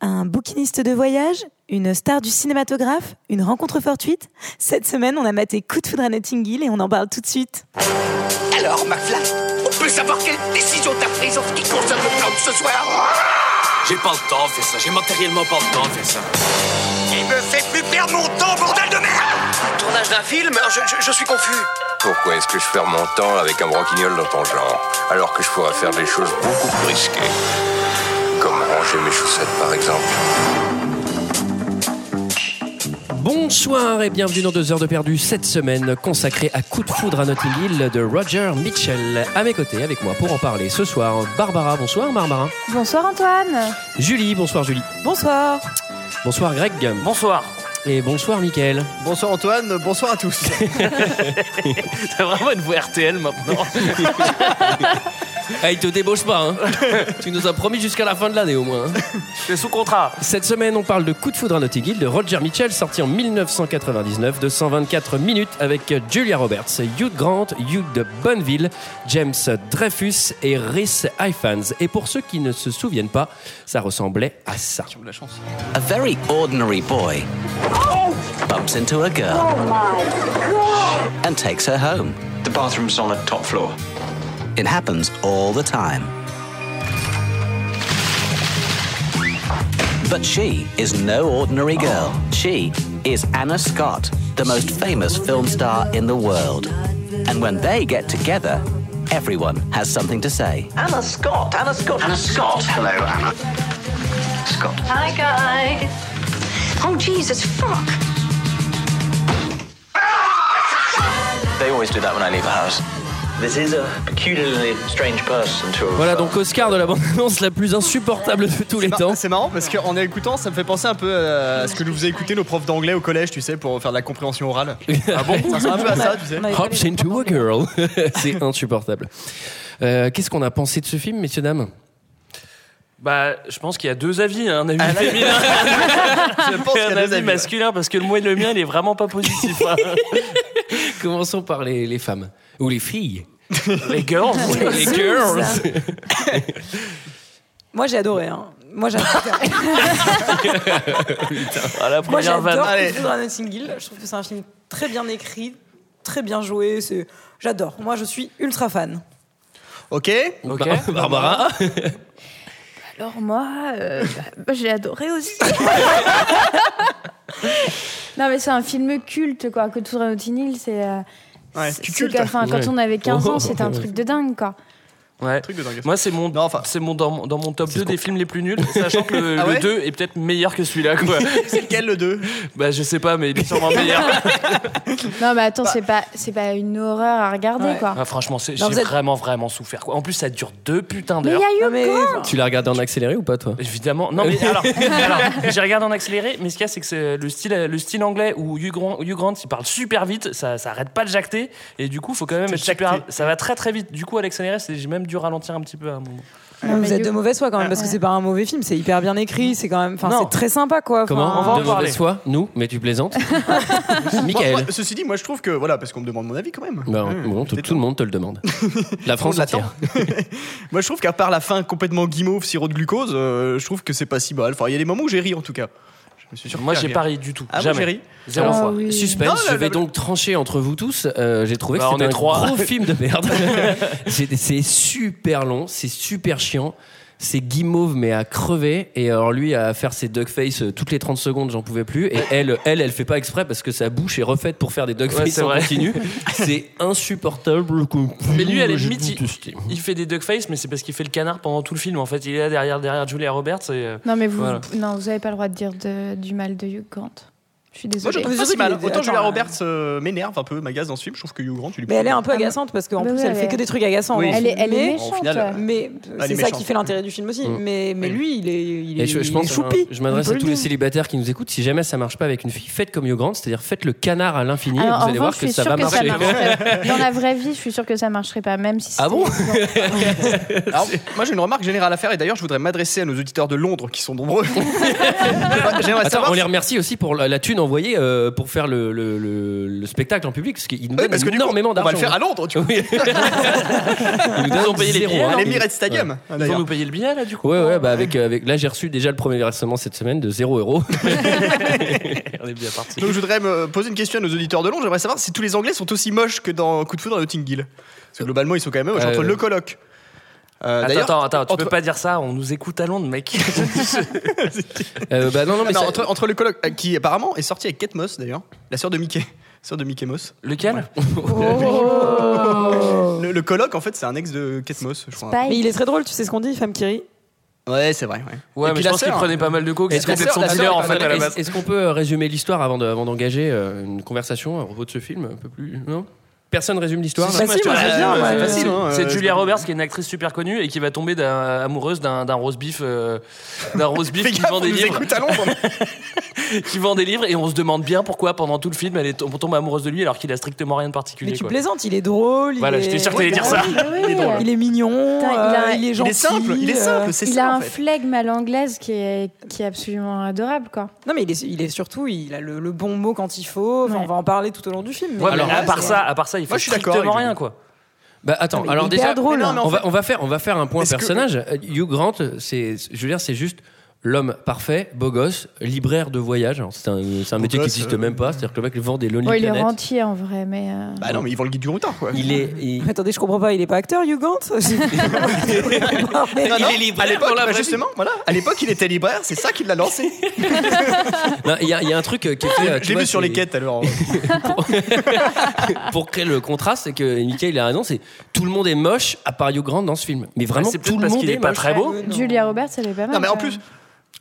un bouquiniste de voyage, une star du cinématographe, une rencontre fortuite. Cette semaine, on a maté Coup de foudre à Notting Hill et on en parle tout de suite. Alors, McFly, on peut savoir quelle décision t'as prise en ce qui concerne le plan de ce soir J'ai pas le temps de faire ça, j'ai matériellement pas le temps de faire ça. Il me fait plus perdre mon temps, bordel de merde Tournage d'un film Euh, je, je- je suis confus. Pourquoi est-ce que je perds mon temps avec un broquignol dans ton genre Alors que je pourrais faire des choses beaucoup plus risquées. Comme ranger mes chaussettes par exemple. Bonsoir et bienvenue dans 2 heures de perdu cette semaine consacrée à Coup de foudre à Notting Hill de Roger Mitchell. À mes côtés, avec moi pour en parler ce soir, Barbara, bonsoir Barbara. Bonsoir Antoine. Julie, bonsoir Julie. Bonsoir Bonsoir Greg. Bonsoir. Et bonsoir Mickaël. Bonsoir Antoine, bonsoir à tous. T'as vraiment une voix RTL maintenant. Ah, il te débauche pas, hein Tu nous as promis jusqu'à la fin de l'année au moins. hein. T'es sous contrat. Cette semaine, on parle de Coup de foudre à Notting Hill de Roger Mitchell, sorti en 1999 de 124 minutes avec Julia Roberts, Hugh Grant, Hugh de Bonneville, James Dreyfus et Rhys Ifans. Et pour ceux qui ne se souviennent pas, ça ressemblait à ça. A very ordinary boy bumps into a girl and takes her home. The bathroom's on the top floor. It happens all the time. But she is no ordinary girl. She is Anna Scott, the most famous film star in the world. And when they get together, everyone has something to say. Anna Scott, Anna Scott. Anna Scott. Hello, Anna. Scott. Hi, guys. Oh, Jesus, fuck. They always do that when I leave the house. This is a peculiarly strange person to. Voilà donc Oscar de la bande-annonce la plus insupportable de tous les Mar- temps. C'est marrant parce qu'en écoutant, ça me fait penser un peu euh, à ce que nous faisait écouter nos profs d'anglais au collège, tu sais, pour faire de la compréhension orale. Ah bon Ça ressemble un peu à ça, tu sais. Hops into a girl. C'est insupportable. Euh, Qu'est-ce qu'on a pensé de ce film, messieurs, dames Bah, je pense qu'il y a deux avis, hein, un Ah, avis féminin Je pense et qu'il un y a deux avis avis, ouais. masculin, parce que le moi et le mien, il est vraiment pas positif. hein. Commençons par les, les femmes. Ou les filles. Les girls. les girls. Moi, j'ai adoré. hein. Moi, j'adore. Ah, la Moi, première j'adore vanne. Coup Allez. de foudre à Notting Hill. Je trouve que c'est un film très bien écrit, très bien joué. C'est- J'adore. Moi, je suis ultra fan. Ok Ok. Bar- Barbara. Alors moi, euh, bah, j'ai adoré aussi. non mais c'est un film culte quoi. Que tout Notting Hill, c'est. euh, Ouais, c'est- tu c'est cultes. que- enfin, quand Ouais. on avait 15 Oh. ans, c'était un truc de dingue quoi. Ouais. Truc de dingue. Moi, c'est mon, Non, enfin- c'est mon dans, mon- dans mon top C'est 2 ce qu'on- des films les plus nuls, sachant que le, Ah le ouais 2 est peut-être meilleur que celui-là, quoi. C'est lequel le 2 bah, je sais pas, mais il est sûrement meilleur. Non mais attends, c'est pas c'est pas une horreur à regarder Ouais. quoi. Ah, franchement, c'est- j'ai Non, vous êtes- vraiment, vraiment souffert, quoi. En plus, ça dure deux putains Mais il d'heures. y Non, a eu mais, enfin, Tu l'as regardé en accéléré ou pas, toi Évidemment. Non, mais alors, alors, j'ai regardé en accéléré, mais ce qu'il y a, c'est que c'est le style, euh, le style anglais où Hugh Grant, Hugh Grant, il parle super vite, ça, ça arrête pas de jacter, et du coup, faut quand même être super. jacter. Ça va très très vite. Du coup, à l'accéléré, c'est- j'ai même dû ralentir un petit peu hein, à un moment. Non, mais vous êtes du- de mauvaise foi quand même, parce que Ouais. c'est pas un mauvais film. C'est hyper bien écrit. C'est quand même. Enfin, Non. c'est très sympa, quoi. Enfin, Comment on va en De mauvaise parler. foi Nous Mais tu plaisantes Moi, Michael moi, Ceci dit, moi je trouve que, voilà, parce qu'on me demande mon avis quand même. Bah, Mmh, bon, tout, détends. tout le monde te le demande. La France On l'attend. entière. Moi je trouve qu'à part la fin complètement guimauve, sirop de glucose, euh, je trouve que c'est pas si mal. Enfin, il y a des moments où j'ai ri en tout cas. Je me suis surpris Moi, à j'ai rire. pas ri du tout. Ah, moi, j'ai Jamais. ri. Zéro Ah fois. oui. Suspense, Non, la- je vais la- donc trancher entre vous tous. Euh, J'ai trouvé Bah, que on est c'était un trois. gros film de merde. J'ai- c'est super long, c'est super chiant. C'est guimauve mais à crever et alors lui à faire ses duckface euh, toutes les 30 secondes j'en pouvais plus et elle elle elle fait pas exprès parce que sa bouche est refaite pour faire des Ouais, duckface c'est en vrai. continu c'est insupportable Mais lui, à la limite, il- Il fait des duckface, mais c'est parce qu'il fait le canard pendant tout le film. En fait, il est là derrière, derrière Julia Roberts. Et, euh, Non mais vous Voilà. non vous avez pas le droit de dire de- du mal de Hugh Grant. Je suis Moi je désolée. trouve Mais pas surtout si mal. qu'il est- Autant Julia attends, Roberts euh, m'énerve un peu, m'agace dans ce film, je trouve que Hugh Grant, tu lui Mais elle est un peu Ah, mais- agaçante parce qu'en Bah plus oui, elle elle fait est- que des trucs agaçants. Oui. Elle est, elle est Mais- méchante. Au final, ouais. Mais est c'est ça méchante. qui fait l'intérêt du film aussi. Mm. Mais, mais Oui. lui, il est, il est, Et je, je il pense, est choupi. je m'adresse On peut à le tous les dire. célibataires qui nous écoutent. Si jamais ça marche pas avec une fille, faites comme Yo Grant, c'est-à-dire faites le canard à l'infini. et Alors, Vous en allez voir revanche, que je suis ça sûre va que ça marcher. marcherait. Dans la vraie vie, je suis sûre que ça marcherait pas, même si Ah c'était- bon Non. Alors, moi j'ai une remarque générale à faire et d'ailleurs je voudrais m'adresser à nos auditeurs de Londres qui sont nombreux. J'aimerais Attends, savoir on les remercie aussi pour la, la thune envoyer euh, pour faire le, le- le- le spectacle en public, parce qu'ils nous Oui, donnent parce que du coup, énormément on va d'argent. hein. le faire à Londres, tu vois. Oui. Ils nous donnent Ils ont payé les zéro, billets, hein. les L'Emirates Stadium. Ouais. Ah, Ils vont d'ailleurs. nous payer le billet là du coup. Oh, Ouais, ouais, bah avec, euh, avec, là j'ai reçu déjà le premier versement cette semaine de 0 euros. On est bien parti. Donc je voudrais me poser une question à nos auditeurs de Londres. J'aimerais savoir si tous les Anglais sont aussi moches que dans Coup de foudre à Notting Hill. Parce que globalement, ils sont quand même moches Euh, entre le colloque. Euh, Attends, d'ailleurs- attends, attends, tu entre- peux pas dire ça, on nous écoute à Londres, mec. Euh, bah non, non, Ah mais non, ça- entre, entre le colloque, euh, qui apparemment est sorti avec Kate Moss d'ailleurs, la sœur de Mickey. Sœur de Mickey Moss. Lequel Oh. Le, le colloque, en fait, c'est un ex de Kate Moss, je crois. Mais il est très drôle, tu sais ce qu'on dit, femme qui rit. Ouais, c'est vrai. Ouais, Ouais, Et mais puis je la pense qu'il sœur, prenait pas mal de coke. Est-ce Est-ce qu'on qu'on peut- peut la sœur, dealer en fait à la est-ce- base Est-ce qu'on peut euh, résumer l'histoire avant de- avant d'engager euh, une conversation à propos de ce film un peu plus non Personne résume l'histoire. là Si, si, moi, je Ouais, veux ouais, bien, ouais, moi. c'est Euh, facile. hein, C'est euh, Julia Roberts qui est une actrice super connue et qui va tomber d'un- amoureuse d'un d'un roast beef, euh, d'un roast beef Fais qui gaffe, vend on des nous livres, écoute à Londres. qui vend des livres et on se demande bien pourquoi pendant tout le film elle est tom- tombe amoureuse de lui alors qu'il a strictement rien de particulier. Mais tu quoi. plaisantes, il est drôle. Voilà, il est... j'étais sûr que t'allais dire ça. Oui, oui. Il est mignon, Putain, il euh, a- il est Il gentil. est simple, il est euh, simple, c'est Il a ça en un fait. flegme à l'anglaise qui est, qui est absolument adorable, quoi. Euh, Non, mais il est, il est surtout, il a le, le bon mot quand il faut. Enfin, Ouais. On va en parler tout au long du film. mais- Ouais, mais Alors, à ouais, part c'est ça, à part ça, il Moi, fait je suis d'accord strictement avec rien vous. quoi. Bah attends, Mais alors il est hyper déjà, drôle. mais non, hein. mais en on fait- va, on va faire, on va faire un point Est-ce que- personnage. Euh, Hugh Grant, c'est, je veux dire, c'est juste l'homme parfait, beau gosse, libraire de voyage. Alors, C'est un, c'est un métier qui gosse, n'existe euh, même pas. C'est-à-dire que le mec vend des Lonely Bon, il est Planet. rentier en vrai, mais. euh, Bah non, mais ils vendent le guide du routard quoi. Il est, il- Mais Attendez, je comprends pas, il est pas acteur, Hugh Grant Non, mais- Non, non, est libraire à l'époque, pour la bah, vraie justement, voilà. À l'époque, il était libraire, c'est ça qui l'a lancé. Non, il y, a, il y a un truc euh, qui est fait. euh, tu J'ai vois, vu sur c'est- les quêtes alors. euh. Pour créer le contraste, c'est que Mickey, il a raison. C'est tout le monde est moche à part Hugh Grant dans ce film. Mais vraiment, Bah, c'est peut-être tout le parce monde qu'il est, est pas moche. très beau. Ouais, Euh, non. Julia Roberts, elle est pas mal. Non, mais en quand plus, même.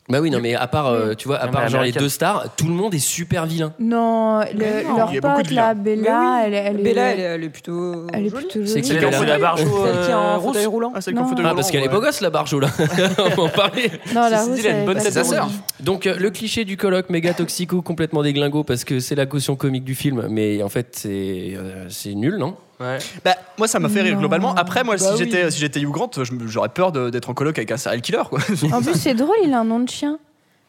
Bah oui, non, mais à part, euh, tu vois, à Non, mais part genre les américaine. deux stars, tout le monde est super vilain. Non, le- Mais non. leur Il y a beaucoup de pote, là, Mais Bella, oui, elle, elle est. Bella, elle, est- elle est plutôt. elle est jolie. plutôt C'est jolie. hein. qui, C'est Bella la la barge ou, Celle qui a euh, un rousse. fauteuil roulant. Ah, c'est Non. qu'on fait de Ah, parce qu'elle est beau gosse, la barge, là. On va en parler. Non, la Ceci rousse, dit, elle a une elle est bonne pas tête de jolie. sœur. Donc euh, le cliché du colloque méga toxico complètement déglingo parce que c'est la caution comique du film mais en fait c'est euh, c'est nul non Ouais. Bah, moi, ça m'a fait rire Non. globalement. Après, moi, Bah si oui. j'étais si j'étais Hugh Grant, je me- j'aurais peur de- d'être en coloc avec un serial killer, quoi. En plus, c'est drôle, il a un nom de chien.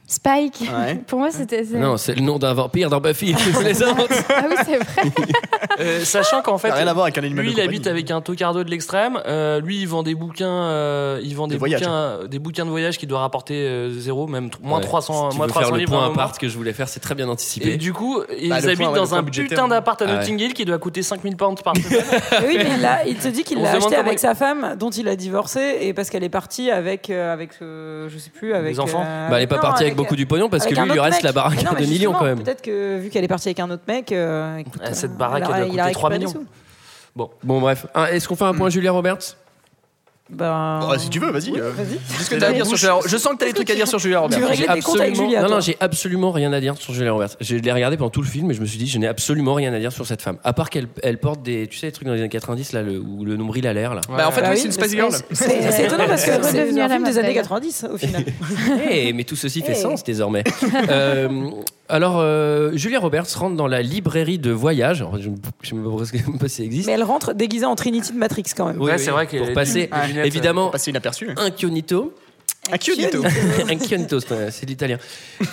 Spike. Ouais. Pour moi, c'était. c'est- Non, c'est le nom d'un vampire dans Buffy. je vous plaisante. Ah oui, c'est vrai. Euh, Sachant qu'en Ça fait, n'a rien à voir avec un animal Lui, de il habite compagnie. avec un tocardo de l'extrême. Euh, lui, il vend des bouquins, euh, il vend Des des, voyages. bouquins, euh, des bouquins de voyage qui doit rapporter euh, zéro, même tr- moins Ouais, 300, si tu moins veux faire 300 le livres. par point moment. appart que je voulais faire, c'est très bien Et anticipé. du coup, ils le point, habitent ouais, le dans point un budgétaire, putain ouais. d'appart à Ah ouais. Notting Hill qui doit coûter 5000 pounds par semaine. Mais oui, mais il, l'a- il te dit qu'il On l'a se demande acheté comment avec il- sa femme, dont il a divorcé, et parce qu'elle est partie avec, euh, avec euh, je sais plus, avec. enfants euh, bah, elle est pas non, partie avec, beaucoup du pognon parce que avec lui, un il lui autre reste mec. la Mais baraque non, à mais 2 millions justement, quand même. Peut-être que vu qu'elle est partie avec un autre mec, euh, écoute, Ah, cette euh, baraque, alors, elle doit il coûter récupéré 3 des millions. sous. Bon, bref. Ah, Est-ce qu'on fait un point Mm. Julia Roberts Ben, Bon, si tu veux, vas-y. oui, euh, vas-y. dis ce que t'as à dire sur Julia- Je sens que t'as des trucs à dire sur Julia Tu veux Roberts. régler tes comptes avec Julia bah, non, non, toi j'ai absolument rien à dire sur Julia Roberts. Je l'ai regardée pendant tout le film et je me suis dit, je n'ai absolument rien à dire sur cette femme. À part qu'elle elle porte des, tu sais, les trucs dans les années 90 là, le- où le nombril a l'air là. Bah, en fait, Bah oui, oui, c'est une mais Space Girl. C'est c'est étonnant parce que c'est Redevenir un la film des années Marvel. 90 au final. Eh, mais tout ceci fait Eh. sens désormais. Euh, alors, euh, Julia Roberts rentre dans la librairie de voyage. Alors, je ne sais pas si- pas si ça existe. Mais elle rentre déguisée en Trinity de Matrix quand même. Oui, Ouais, oui, c'est vrai qu'elle Pour est- passer, les lunettes, euh, évidemment, Passer inaperçu. incognito. Un Kyoto. Incognito, c'est un- c'est de l'italien.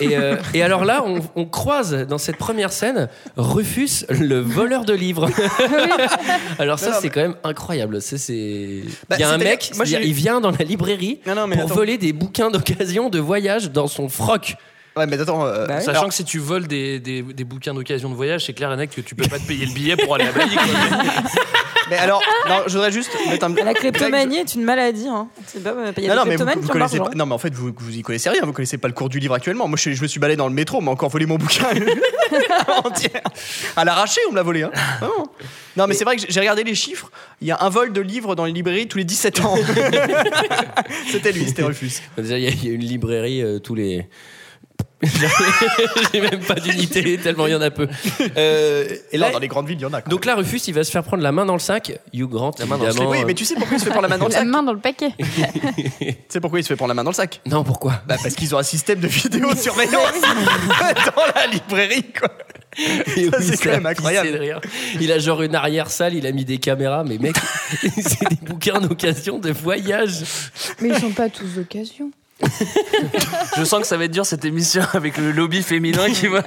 Et, euh, et alors là, on, on croise dans cette première scène Rufus, le voleur de livres. alors ça, Non, non, c'est quand même incroyable. Ça, c'est- Bah, il y a un c'est-à-dire- mec, moi, j'ai- il vient dans la librairie Non, non, mais pour attends. voler des bouquins d'occasion de voyage dans son froc. Ouais, mais attends. euh, Ah Bah oui. Sachant que si tu voles des, des, des bouquins d'occasion de voyage, c'est clair et net que tu peux pas te payer le billet pour aller à Bali. quoi. Mais alors, non, je voudrais juste mettre un. La kleptomanie est une maladie. Hein. C'est pas, il y a Non, des non, mais vous, kleptomanes qui hein. vous ont de connaissez l'argent. pas, non, mais en fait, vous, vous y connaissez rien. Vous connaissez pas le cours du livre actuellement. Moi, je, je me suis baladé dans le métro, on m'a encore volé mon bouquin entier. À l'arraché, on me l'a volé. hein. Vraiment. Non, mais c'est vrai que j'ai regardé les chiffres. Il y a un vol de livres dans les librairies tous les 17 ans. c'était lui, c'était Rufus. Déjà, il y a- il y, a une librairie euh, tous les. J'ai même pas d'unité, tellement il y en a peu. Euh, et Et là, là, dans les grandes villes, il y en a. quand donc là, Rufus, il va se faire prendre la main dans le sac. Hugh Grant, la main dans le même. Oui, mais tu sais pourquoi il se fait prendre la main dans le La sac main dans le paquet. Tu sais pourquoi il se fait prendre la main dans le sac euh, Non, pourquoi Bah, parce qu'ils ont un système de vidéosurveillance dans la librairie, quoi. Et Ça, oui, c'est ça quand a même incroyable. pissé de rire. Il a genre une arrière-salle, il a mis des caméras, mais mec, c'est des bouquins d'occasion de voyage. Mais ils sont pas tous d'occasion. Je sens que ça va être dur cette émission avec le lobby féminin qui va.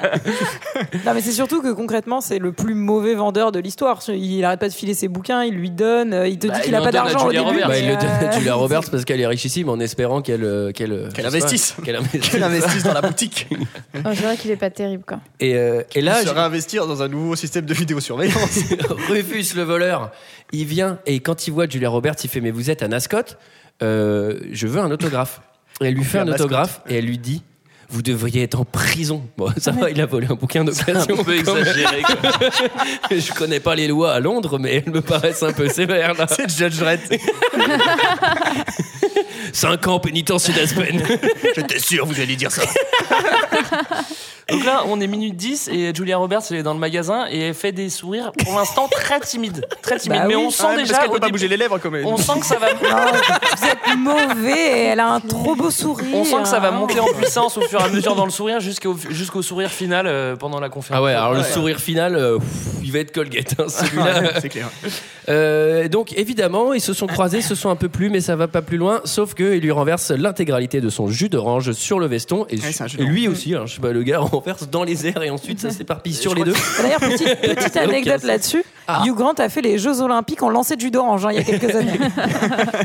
Non, mais c'est surtout que concrètement, c'est le plus mauvais vendeur de l'histoire. Il arrête pas de filer ses bouquins, il lui donne, euh, il te Bah, dit il qu'il a en pas donne à d'argent au Julia début. Roberts. Bah, il mais, le donne à euh, Julia Roberts parce qu'elle est richissime en espérant qu'elle euh, qu'elle euh, je sais Qu'elle pas, investisse. qu'elle investisse. Qu'elle investisse dans la boutique. Oh, je vois qu'il est pas terrible, quoi. Et, euh, et là, se réinvestir dans un nouveau système de vidéosurveillance. Rufus le voleur, il vient et quand il voit Julia Roberts, il fait mais vous êtes un ascotte, euh, je veux un autographe. Et elle lui fait fait un un mascotte. autographe et elle lui dit vous devriez être en prison. Bon, ça Ah va, il a volé un bouquin d'occasion. On peut quand même. exagérer. quoi. Ah Je connais pas les lois à Londres, mais elles me paraissent un peu sévères là. C'est Judge Dredd. 5 ans pénitencier d'Aspen. J'étais sûr, vous allez dire ça. Donc là, on est minute 10 et Julia Roberts, elle est dans le magasin et elle fait des sourires pour l'instant très timides. Très timides. Ah Bah mais oui. on sent parce déjà. qu'elle au peut pas début- bouger les lèvres comme elle. On sent que ça va. Vous êtes mauvais et elle a un trop beau sourire. On sent que ça va Ah. hein. monter en puissance au fur et à mesure dans le sourire jusqu'au jusqu'au sourire final euh, pendant la conférence. Ah ouais, alors le Ouais. sourire final, euh, pff, il va être Colgate, hein, celui-là. C'est clair. Euh, donc évidemment, ils se sont croisés, Ah. se sont un peu plus, mais ça va pas plus loin. Sauf que il lui renverse l'intégralité de son jus d'orange sur le veston et, Ouais, su- Ah, c'est un jus et lui aussi. hein, je sais pas, le gars renverse dans les airs et ensuite ça s'éparpille sur les deux. D'ailleurs, petite, petite anecdote Ok. là-dessus. Hugh Grant a fait les Jeux Olympiques en lancer du jus d'orange hein, il y a quelques années.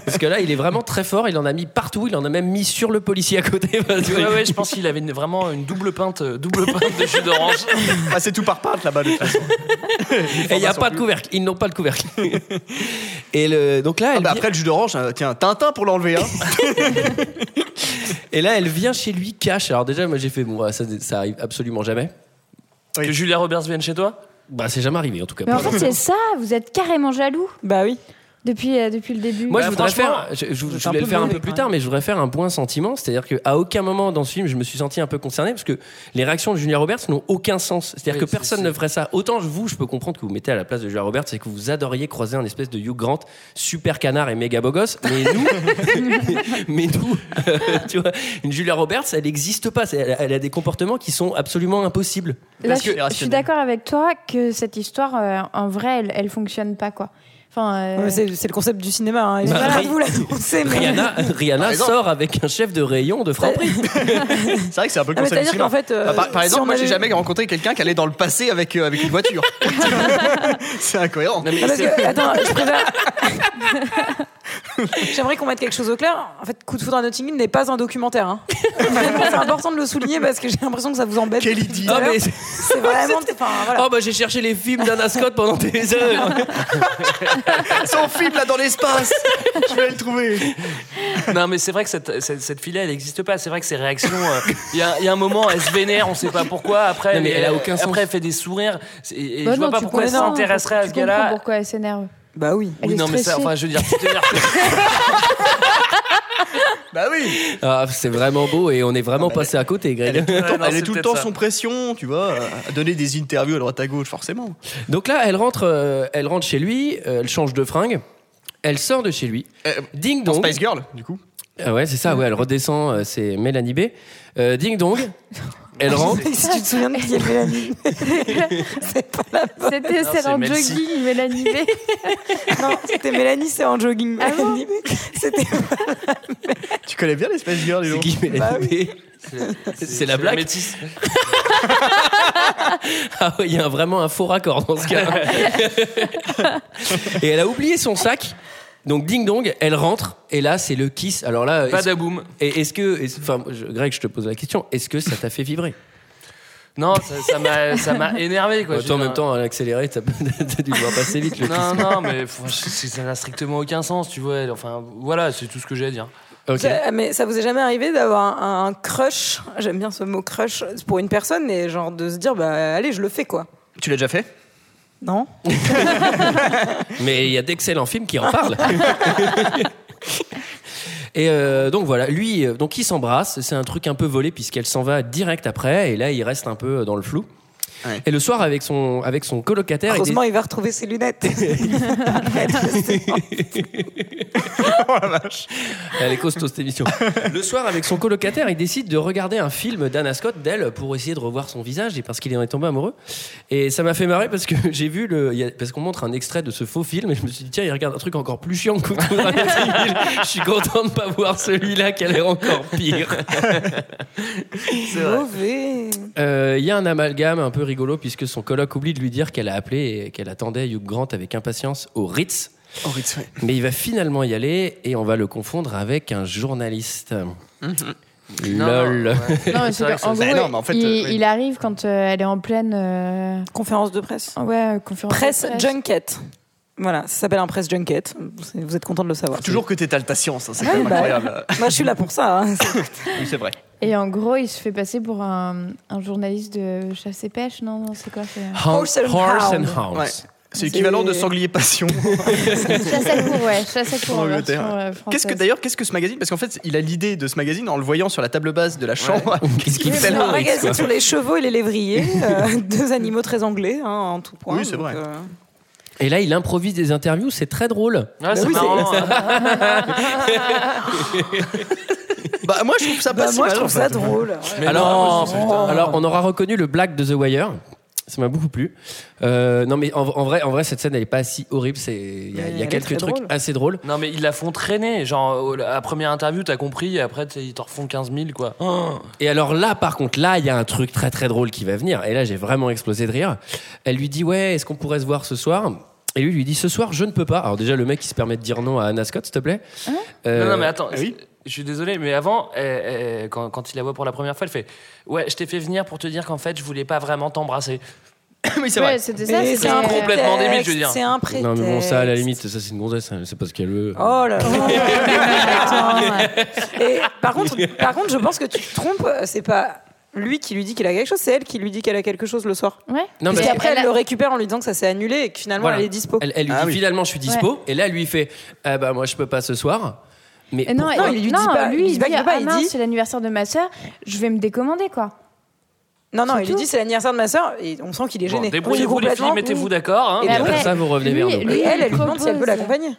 Parce que là, il est vraiment très fort. Il en a mis partout. Il en a même mis sur le policier à côté. parce que- Ouais, ouais, je pense qu'il avait une- vraiment une double pinte, euh, double pinte de jus d'orange. Ah, c'est tout par part là-bas de toute façon. et il n'y a pas de couvercle. Ils n'ont pas le couvercle. et le, donc là, Ah, elle bah, vient- après le jus d'orange, euh, tiens, Tintin pour l'enlever. Hein. et là, elle vient chez lui cache. Alors déjà, moi, j'ai fait bon, ça, ça arrive absolument jamais. Que Julia Roberts vienne chez toi Bah, c'est jamais arrivé en tout cas. Mais en fait, c'est ça, vous êtes carrément jaloux bah oui. depuis, euh, depuis le début. Moi, je Bah, voudrais franchement, faire. Je, je- je c'est un voulais peu le faire un mauvais, peu plus quand tard, mais je voudrais faire un point sentiment, c'est-à-dire qu'à aucun moment dans ce film, je me suis senti un peu concerné parce que les réactions de Julia Roberts n'ont aucun sens. C'est-à-dire Oui, que c'est- personne c'est- ne ferait ça. Autant je- vous, je peux comprendre que vous mettez à la place de Julia Roberts et que vous adoriez croiser un espèce de Hugh Grant super canard et méga beau gosse, mais nous, mais nous, euh, tu vois, une Julia Roberts, elle n'existe pas. C'est- Elle, elle a des comportements qui sont absolument impossibles. Là, Parce je, que- je suis d'accord avec toi que cette histoire, euh, en vrai, elle, elle fonctionne pas, quoi. Enfin, euh, Ouais, mais C'est c'est le concept du cinéma. hein. Ils Bah, ont rien Ri- de vous l'annoncer, mais- Rihanna, Rihanna exemple. sort avec un chef de rayon de Franprix. C'est vrai que c'est un peu Ah, comme mais ça du C'est-à-dire cinéma. qu'en fait. euh, Bah, par, par si exemple, on moi j'ai avait- jamais rencontré quelqu'un qui allait dans le passé avec, euh, avec une voiture. c'est incohérent. Ah, parce que- attends, je préfère- J'aimerais qu'on mette quelque chose au clair. En fait, Coup de foudre à Notting Hill n'est pas un documentaire. hein. Vraiment, c'est important de le souligner parce que j'ai l'impression que ça vous embête. Quelle depuis tout idée. à Ah, l'heure. mais- C'est vraiment. Enfin, voilà. Oh bah j'ai cherché les films d'Anna Scott pendant des heures. Son film là dans l'espace Je vais le trouver. Non, mais c'est vrai que cette, cette, cette fille-là, elle n'existe pas. C'est vrai que ses réactions. euh, Il y, a- il y a un moment, elle se vénère, on sait pas pourquoi. Après, Non, mais elle a aucun après, sens. elle fait des sourires. C'est- Et, et bah je vois non, pas tu pourquoi elle comprends- s'intéresserait tu à ce comprends gars-là. pourquoi elle s'énerve. Bah oui. Elle Oui, est non, mais ça, stressée. enfin, je veux dire, tu t'énerves. Bah oui Ah, c'est vraiment beau et on est vraiment passé à côté, Greg. Ouais, Ah non, Ah, bah, Elle est c'est tout le peut-être temps ça. sous pression, tu vois, à donner des interviews à droite à gauche, forcément. Donc là, elle rentre, euh, elle rentre chez lui, euh, elle change de fringue, elle sort de chez lui. Euh, Ding Dans dong. Space Girl, du coup. Ah ouais, c'est ça. Ouais, elle redescend. euh, c'est Mélanie B. Euh, ding dong. Ah, Elle rentre. Oh. Si tu te souviens de qui est Mélanie. C'était Non, celle c'est en Melcy. jogging, Mélanie B. Non, c'était Mélanie, c'est en jogging. Ah bon Mélanie, c'était Tu connais bien les Space Girls, les C'est gens. qui Mélanie B Bah C'est la blague. métisse. Ah ouais, il y a un- vraiment un faux raccord dans ce cas. et elle a oublié son sac. Donc ding dong, elle rentre et là c'est le kiss. Alors là, Pas est-ce- d'aboum. et est-ce que, est-ce- enfin, je- Greg, je te pose la question. Est-ce que ça t'a fait vibrer Non, ça- ça m'a- ça m'a énervé. Quoi. En Je même temps, Bah, en veux même dire, temps, à l'accéléré, t'as t'as dû le voir passer vite. Le Non, non, mais faut- c'est- ça n'a strictement aucun sens, tu vois. Enfin, voilà, c'est tout ce que j'ai à dire. Ok. Ça- ah, mais ça vous est jamais arrivé d'avoir un, un crush J'aime bien ce mot crush pour une personne et genre de se dire bah allez je le fais quoi. Tu l'as déjà fait Non. Mais il y a d'excellents films qui en parlent. Et euh, donc voilà, lui, euh, donc il s'embrasse, c'est un truc un peu volé puisqu'elle s'en va direct après, et là il reste un peu dans le flou. Et le soir, avec son, avec son colocataire. il Heureusement, il va retrouver ses lunettes. Oh, Elle est costaud cette émission. Le soir, avec son colocataire, il décide de regarder un film d'Anna Scott, d'elle, pour essayer de revoir son visage et parce qu'il en est tombé amoureux. Et ça m'a fait marrer parce que j'ai vu le. il y a- parce qu'on montre un extrait de ce faux film et je me suis dit, tiens, il regarde un truc encore plus chiant que Coup de Dramatique Hill. Je suis content de pas voir celui-là qui a l'air encore pire. C'est vrai. Mauvais. Euh, Il y a un amalgame un peu rigolo puisque son coloc oublie de lui dire qu'elle a appelé et qu'elle attendait Hugh Grant avec impatience au Ritz. Oh, Ritz, ouais. Mais il va finalement y aller et on va le confondre avec un journaliste. Mm-hmm. Lol. Non, mais c'est que, en gros, il, il arrive quand euh, elle est en pleine euh, Conférence de presse. ouais, euh, conférence. de Presse presse. junket. Voilà, ça s'appelle un press junket. C'est- Vous êtes content de le savoir. Toujours que t'étales ta science, hein, c'est Ouais, quand même bah, incroyable. Moi, je suis là pour ça. hein. Oui, c'est vrai. Et en gros, il se fait passer pour un, un journaliste de chasse et pêche, non, non C'est quoi c'est- Horse and Horse and Hounds. Ouais. C'est l'équivalent de sanglier passion. Chasse à cour, ouais, chasse à cour. En en Angleterre. version, euh, Qu'est-ce que française. d'ailleurs, qu'est-ce que ce magazine Parce qu'en fait, il a l'idée de ce magazine en le voyant sur la table basse de la chambre. Qu'est-ce Oui, qu'il fait c'est là un magazine sur les chevaux et les lévriers, euh, deux animaux très anglais hein, en tout point. Oui, c'est donc, vrai. euh, Et là, il improvise des interviews, c'est très drôle. Ouais, c'est oui, c'est- marrant. hein. Bah moi, je trouve ça pas bah, si moi, je mal, trouve en ça fait. drôle. Alors, putain. alors, on aura reconnu le black de The Wire. Ça m'a beaucoup plu. Euh, non, mais en, en vrai, en vrai, cette scène, elle est pas si horrible. C'est il y a, il y Elle a est quelques très trucs drôle. assez drôles. Non, mais ils la font traîner. Genre, au- à la première interview, t'as compris, et après, tu sais, ils t'en refont 15 000, quoi. Et alors là, par contre, là, il y a un truc très très drôle qui va venir. Et là, j'ai vraiment explosé de rire. Elle lui dit ouais, est-ce qu'on pourrait se voir ce soir Et lui lui dit ce soir, je ne peux pas. Alors déjà, le mec, il se permet de dire non à Anna Scott, s'il te plaît. Hein? Euh, Non, non, mais attends. Je suis désolé, mais avant, euh, euh, quand, quand il la voit pour la première fois, elle fait Ouais, je t'ai fait venir pour te dire qu'en fait, je voulais pas vraiment t'embrasser. Oui, c'est Ouais, vrai. c'était ça. Mais c'était- un complètement prétexte, débile, je veux dire. C'est un prétexte. Non, mais bon, ça, à la limite, ça, c'est une gonzesse. hein, C'est pas ce qu'elle veut. Oh là là. Et par contre, par contre, je pense que tu te trompes. euh, C'est pas lui qui lui dit qu'il a quelque chose, c'est elle qui lui dit qu'elle a quelque chose le soir. euh, Ouais. Non, Parce mais- qu'après, elle, elle a- le récupère en lui disant que ça s'est annulé et que finalement, Voilà. elle est dispo. Elle, elle lui Ah dit oui. finalement je suis dispo et là elle lui fait ah bah moi je peux pas ce soir. Mais Et non, Non, et- il lui dit non, pas, il lui, lui il dit pas dit, qu'il peut pas, ah il mince, dit- c'est l'anniversaire de ma sœur, je vais me décommander, quoi. Non, non, C'est il lui tout. dit c'est l'anniversaire de ma sœur et on sent qu'il est Bon, gêné. Débrouillez-vous, Oui, les filles, complètement. mettez-vous d'accord. hein. Et Et après, après ça vous revenez vers lui- nous. Et elle, elle lui demande si elle peut propose. l'accompagner.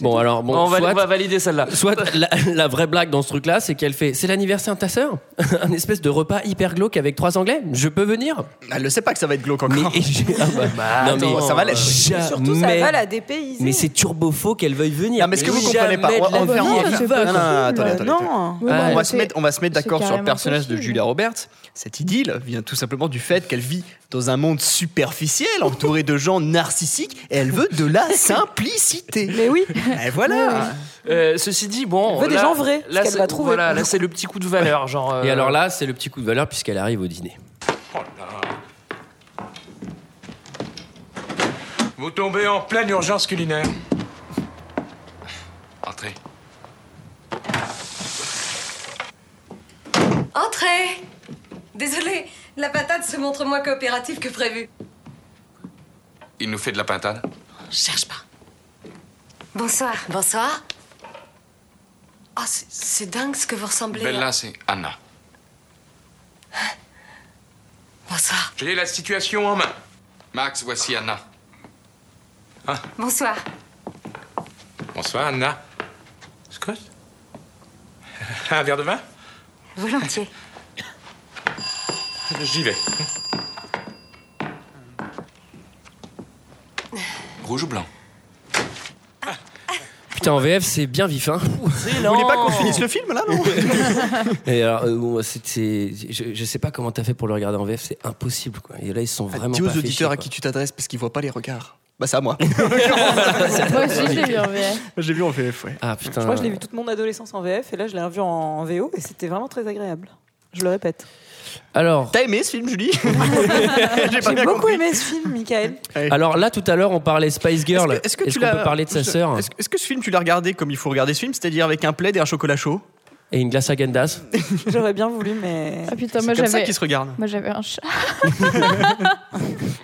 Bon alors bon on, va, soit, on va valider celle-là. soit la, la vraie blague dans ce truc là c'est qu'elle fait c'est l'anniversaire de ta sœur un espèce de repas hyper glauque avec trois anglais je peux venir Elle le sait pas que ça va être glauque mais encore. et j'ai- ah bah, Bah, non, mais attends, ça va l'être. jamais- Surtout, ça va la dépayser. mais c'est turbo faux qu'elle veuille venir. Non, mais ce que vous Jamais comprenez de pas, on va- la on va vie, faire elle un- y c'est va, pas quoi. possible. Non, attendez, attendez. Non. Ouais, Ah, bah, on va, se c'est- mettre, on va se mettre c'est d'accord sur le carrément personnage de possible. Julia Roberts. Cette idylle vient tout simplement du fait qu'elle vit dans un monde superficiel, entourée de gens narcissiques, et elle veut de la simplicité. Mais oui, Et voilà. Euh, ceci dit, bon. Elle veut des là- gens vrais, parce Là, qu'elle c'est- va trouver. Voilà, là, c'est le petit coup de valeur. Genre, euh, Et alors là c'est le petit coup de valeur puisqu'elle arrive au dîner. Vous tombez en pleine urgence culinaire. Entrez. Entrez Désolée, la patate se montre moins coopérative que prévu. Il nous fait de la pintade. Cherche pas. Bonsoir. Bonsoir. Ah, c'est- c'est dingue ce que vous ressemblez. là. Bella, Ben c'est Anna. Bonsoir. J'ai la situation en main. Max, voici Anna. Bonsoir. Bonsoir, Anna. Scott Un verre de vin Volontiers. J'y vais. Rouge ou blanc Putain en VF c'est bien vif hein. Vous voulez pas Oh. qu'on finisse le film là non Et alors, euh, bon, c'est- c'est- je, je sais pas comment t'as fait pour le regarder en VF, c'est impossible. Quoi. Et là, ils sont vraiment. Ah, Dis aux pas fait chier, auditeurs à quoi. qui tu t'adresses parce qu'ils voient pas les regards. Bah c'est à moi. Moi aussi, je l'ai vu en VF. J'ai vu en VF, ouais. Ah putain. je crois que je l'ai vu toute mon adolescence en VF et là, je l'ai revu en VO et c'était vraiment très agréable. Je le répète. Alors, T'as aimé ce film, Julie J'ai pas J'ai bien beaucoup compris. aimé ce film, Michael. alors là, tout à l'heure, on parlait Spice Girl. Est-ce que- est-ce que tu qu'on l'as- peut parler de sa est-ce- sœur Est-ce est-ce que ce film, tu l'as regardé comme il faut regarder ce film, c'est-à-dire avec un plaid et un chocolat chaud et une glace à Gendas J'aurais bien voulu, mais. Ah putain, moi C'est comme ça j'avais. qu'ils se regardent. Moi j'avais un chat.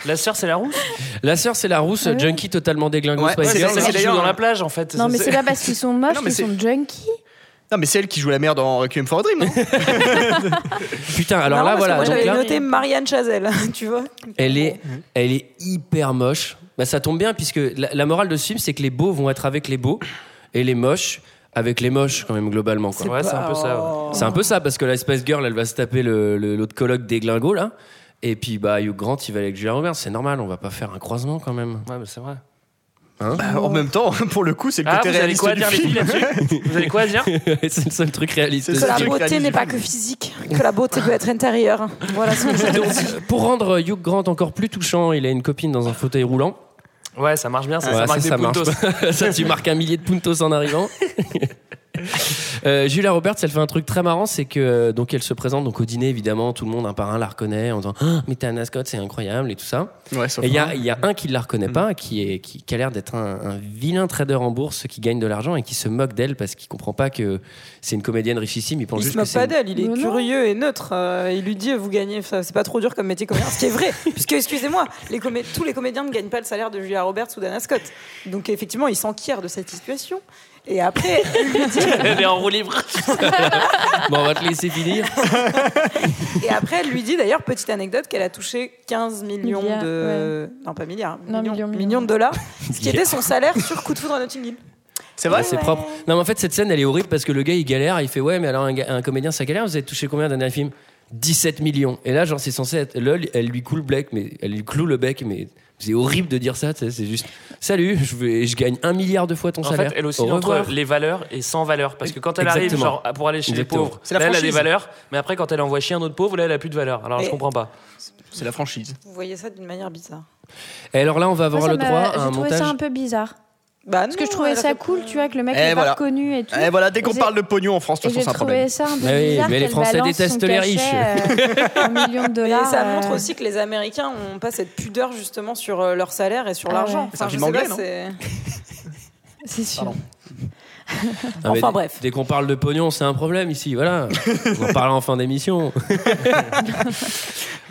La sœur, c'est la rousse. La sœur, c'est la rousse, Ah ouais. junkie totalement déglingo Ouais, Spice c'est C'est Girl. ça, celle qui joue d'ailleurs, dans hein. la plage, en fait. Non, mais c'est là pas parce qu'ils sont moches Non, mais qu'ils c'est- sont junkies. Non, mais c'est elle qui joue la mère dans Requiem for a Dream, non Putain, alors Marrant, là, parce que Moi, voilà. donc j'avais là, noté Marianne Chazelle, tu vois. elle est, Mm. elle est hyper moche. Bah, ça tombe bien puisque la, la morale de ce film, c'est que les beaux vont être avec les beaux et les moches avec les moches quand même globalement. Quoi. Ouais, c'est un peu ça. ouais. C'est un peu ça parce que la Space Girl, elle va se taper le- le- l'autre colloque des glingos là. Et puis bah Hugh Grant, il va aller avec Julia Roberts. C'est normal, on va pas faire un croisement quand même. Ouais, bah, c'est vrai. Hein Bah, En même temps, pour le coup, c'est le Ah, côté vous allez réaliste quoi du dire, les film. filles, là-dessus Vous allez quoi dire c'est le seul truc réaliste. C'est Que ça, la tu beauté réalises n'est du pas que physique, que la beauté peut être intérieure. Voilà ce que je Donc, pour rendre Hugh Grant encore plus touchant, il a une copine dans un fauteuil roulant. Ouais, ça marche bien, ça, Ouais, ça marque des puntos. marche. ça, tu marques un millier de puntos en arrivant. Euh, Julia Roberts, elle fait un truc très marrant, c'est que euh, donc elle se présente donc au dîner évidemment, tout le monde un par un la reconnaît en disant Ah, mais t'es Anna Scott, c'est incroyable et tout ça. Ouais, sauf Et il y que- a, il y a un qui la reconnaît pas, qui, est, qui, qui a l'air d'être un, un vilain trader en bourse qui gagne de l'argent et qui se moque d'elle parce qu'il comprend pas que c'est une comédienne richissime. Il pense Il juste se que moque c'est pas une- d'elle, il est Mais non. curieux et neutre. Euh, il lui dit euh, Vous gagnez, ça, c'est pas trop dur comme métier comédien. Ce qui est vrai, puisque, excusez-moi, les comé- tous les comédiens ne gagnent pas le salaire de Julia Roberts ou d'Anna Scott. Donc, effectivement, il s'enquiert de cette situation. Et après, elle lui dit, Elle est en roue libre. Bon, on va te laisser finir. et après, elle lui dit d'ailleurs, petite anecdote, qu'elle a touché 15 millions Milliards, de. Non, pas milliards, Non, millions, millions, millions. millions de dollars, ce qui était son salaire sur coup de foudre à Notting Hill. C'est vrai Ouais, c'est propre. Non, mais en fait, cette scène, elle est horrible parce que le gars, il galère. Il fait Ouais, mais alors, un, ga- un comédien, ça galère. Vous avez touché combien d'un dernier film 17 millions. Et là, genre, c'est censé être. Lol, elle lui coule le bec, mais elle lui cloue le bec, mais c'est horrible de dire ça. tu sais, C'est juste Salut, je, vais, je gagne un milliard de fois ton En salaire. fait, elle aussi Au entre revoir. les valeurs et sans valeur. Parce que quand elle arrive Exactement. genre, pour aller chez Exactement. les pauvres, C'est la là, elle a des franchise. valeurs. Mais après, quand elle envoie chier un autre pauvre, là, elle a plus de valeur. Alors, je Mais- comprends pas. C'est la franchise. Vous voyez ça d'une manière bizarre. Et alors là, on va avoir Moi, ça le m'a- droit à J'ai un trouvé montage. ça un peu bizarre. Bah, Parce que je trouvais ça cool, tu vois, que le mec Eh, n'est voilà. pas reconnu et tout. Et voilà, dès qu'on Et parle de pognon en France, de Et toute j'ai façon, c'est un problème. trouvé ça un peu Mais Ah oui, bizarre. mais les qu'elle Français balance son détestent les cachet, riches. euh, un million Mais de dollars. ça montre euh, aussi que les Américains n'ont pas cette pudeur justement sur euh, leur salaire et sur Ah l'argent. ouais. C'est un je film sais pas, anglais, non c'est- C'est sûr. Pardon. Ah, mais Enfin, dès- bref. Dès qu'on parle de pognon, c'est un problème ici, voilà. on en parlera en fin d'émission.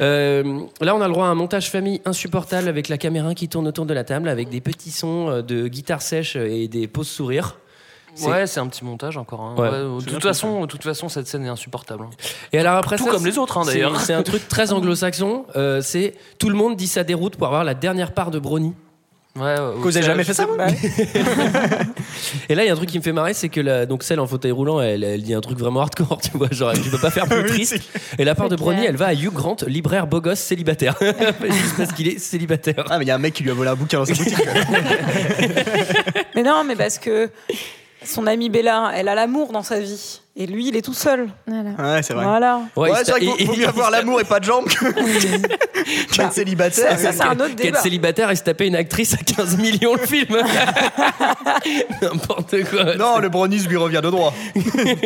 Euh, là, on a le droit à un montage famille insupportable avec la caméra qui tourne autour de la table avec des petits sons euh, de guitare sèche et des pauses sourires. C'est- Ouais, c'est un petit montage encore. hein. Ouais. Ouais, de, toute façon, de toute façon, cette scène est insupportable. hein. Et alors après Tout ça, comme c'est- les autres, hein, c'est- d'ailleurs. C'est un truc très anglo-saxon. euh, c'est tout le monde dit sa déroute pour avoir la dernière part de brownie. Ouais, ouais, Vous avez ça- jamais fait ça, vous Bah, Et là, il y a un truc qui me fait marrer, c'est que la, donc celle en fauteuil roulant, elle, elle dit un truc vraiment hardcore, tu vois, genre tu peux pas faire plus Oui, triste. Et la part de C'est Brony, clair. elle va à Hugh Grant, libraire beau gosse célibataire, juste parce qu'il est célibataire. Ah, mais il y a un mec qui lui a volé un bouquin dans sa boutique. mais non, mais parce que son amie Bella, elle a l'amour dans sa vie. Et lui, il est tout seul. Voilà. Bah, Ouais, c'est vrai. Voilà. Ouais, il se- c'est vrai il- qu'il vaut il- mieux avoir il se- l'amour et pas de jambes que- qu'être célibataire. Ça, c'est un autre Qu'être débat. célibataire et se taper une actrice à 15 millions le film. N'importe quoi. Non, le brownies lui revient de droit. Bon,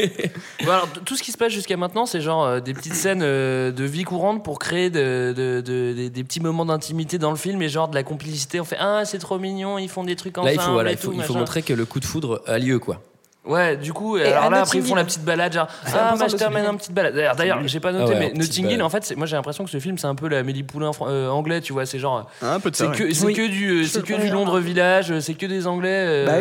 alors, t- tout ce qui se passe jusqu'à maintenant, c'est genre euh, des petites scènes euh, de vie courante pour créer de- de- de- des, des petits moments d'intimité dans le film et genre de la complicité. On fait Ah, c'est trop mignon, ils font des trucs ensemble. Là, il faut, voilà, et il faut, tout, il faut machin. montrer que le coup de foudre a lieu, quoi. Ouais, du coup, Et à alors là, après, Notting ils font la Hill. petite balade, genre, C'est ah, important bah, de je t'emmène souligner. une petite balade. D'ailleurs, D'ailleurs, j'ai pas Ah noté, ouais, mais petite Notting Hill, balade. en fait, c'est- moi, j'ai l'impression que ce film, c'est un peu la Amélie Poulain fran- euh, anglais, tu vois, c'est genre, Hein, Un peu de c'est ça. que, c'est Oui. que du, euh, c'est que du comprends. Londres Village, euh, c'est que des Anglais. euh, Bah,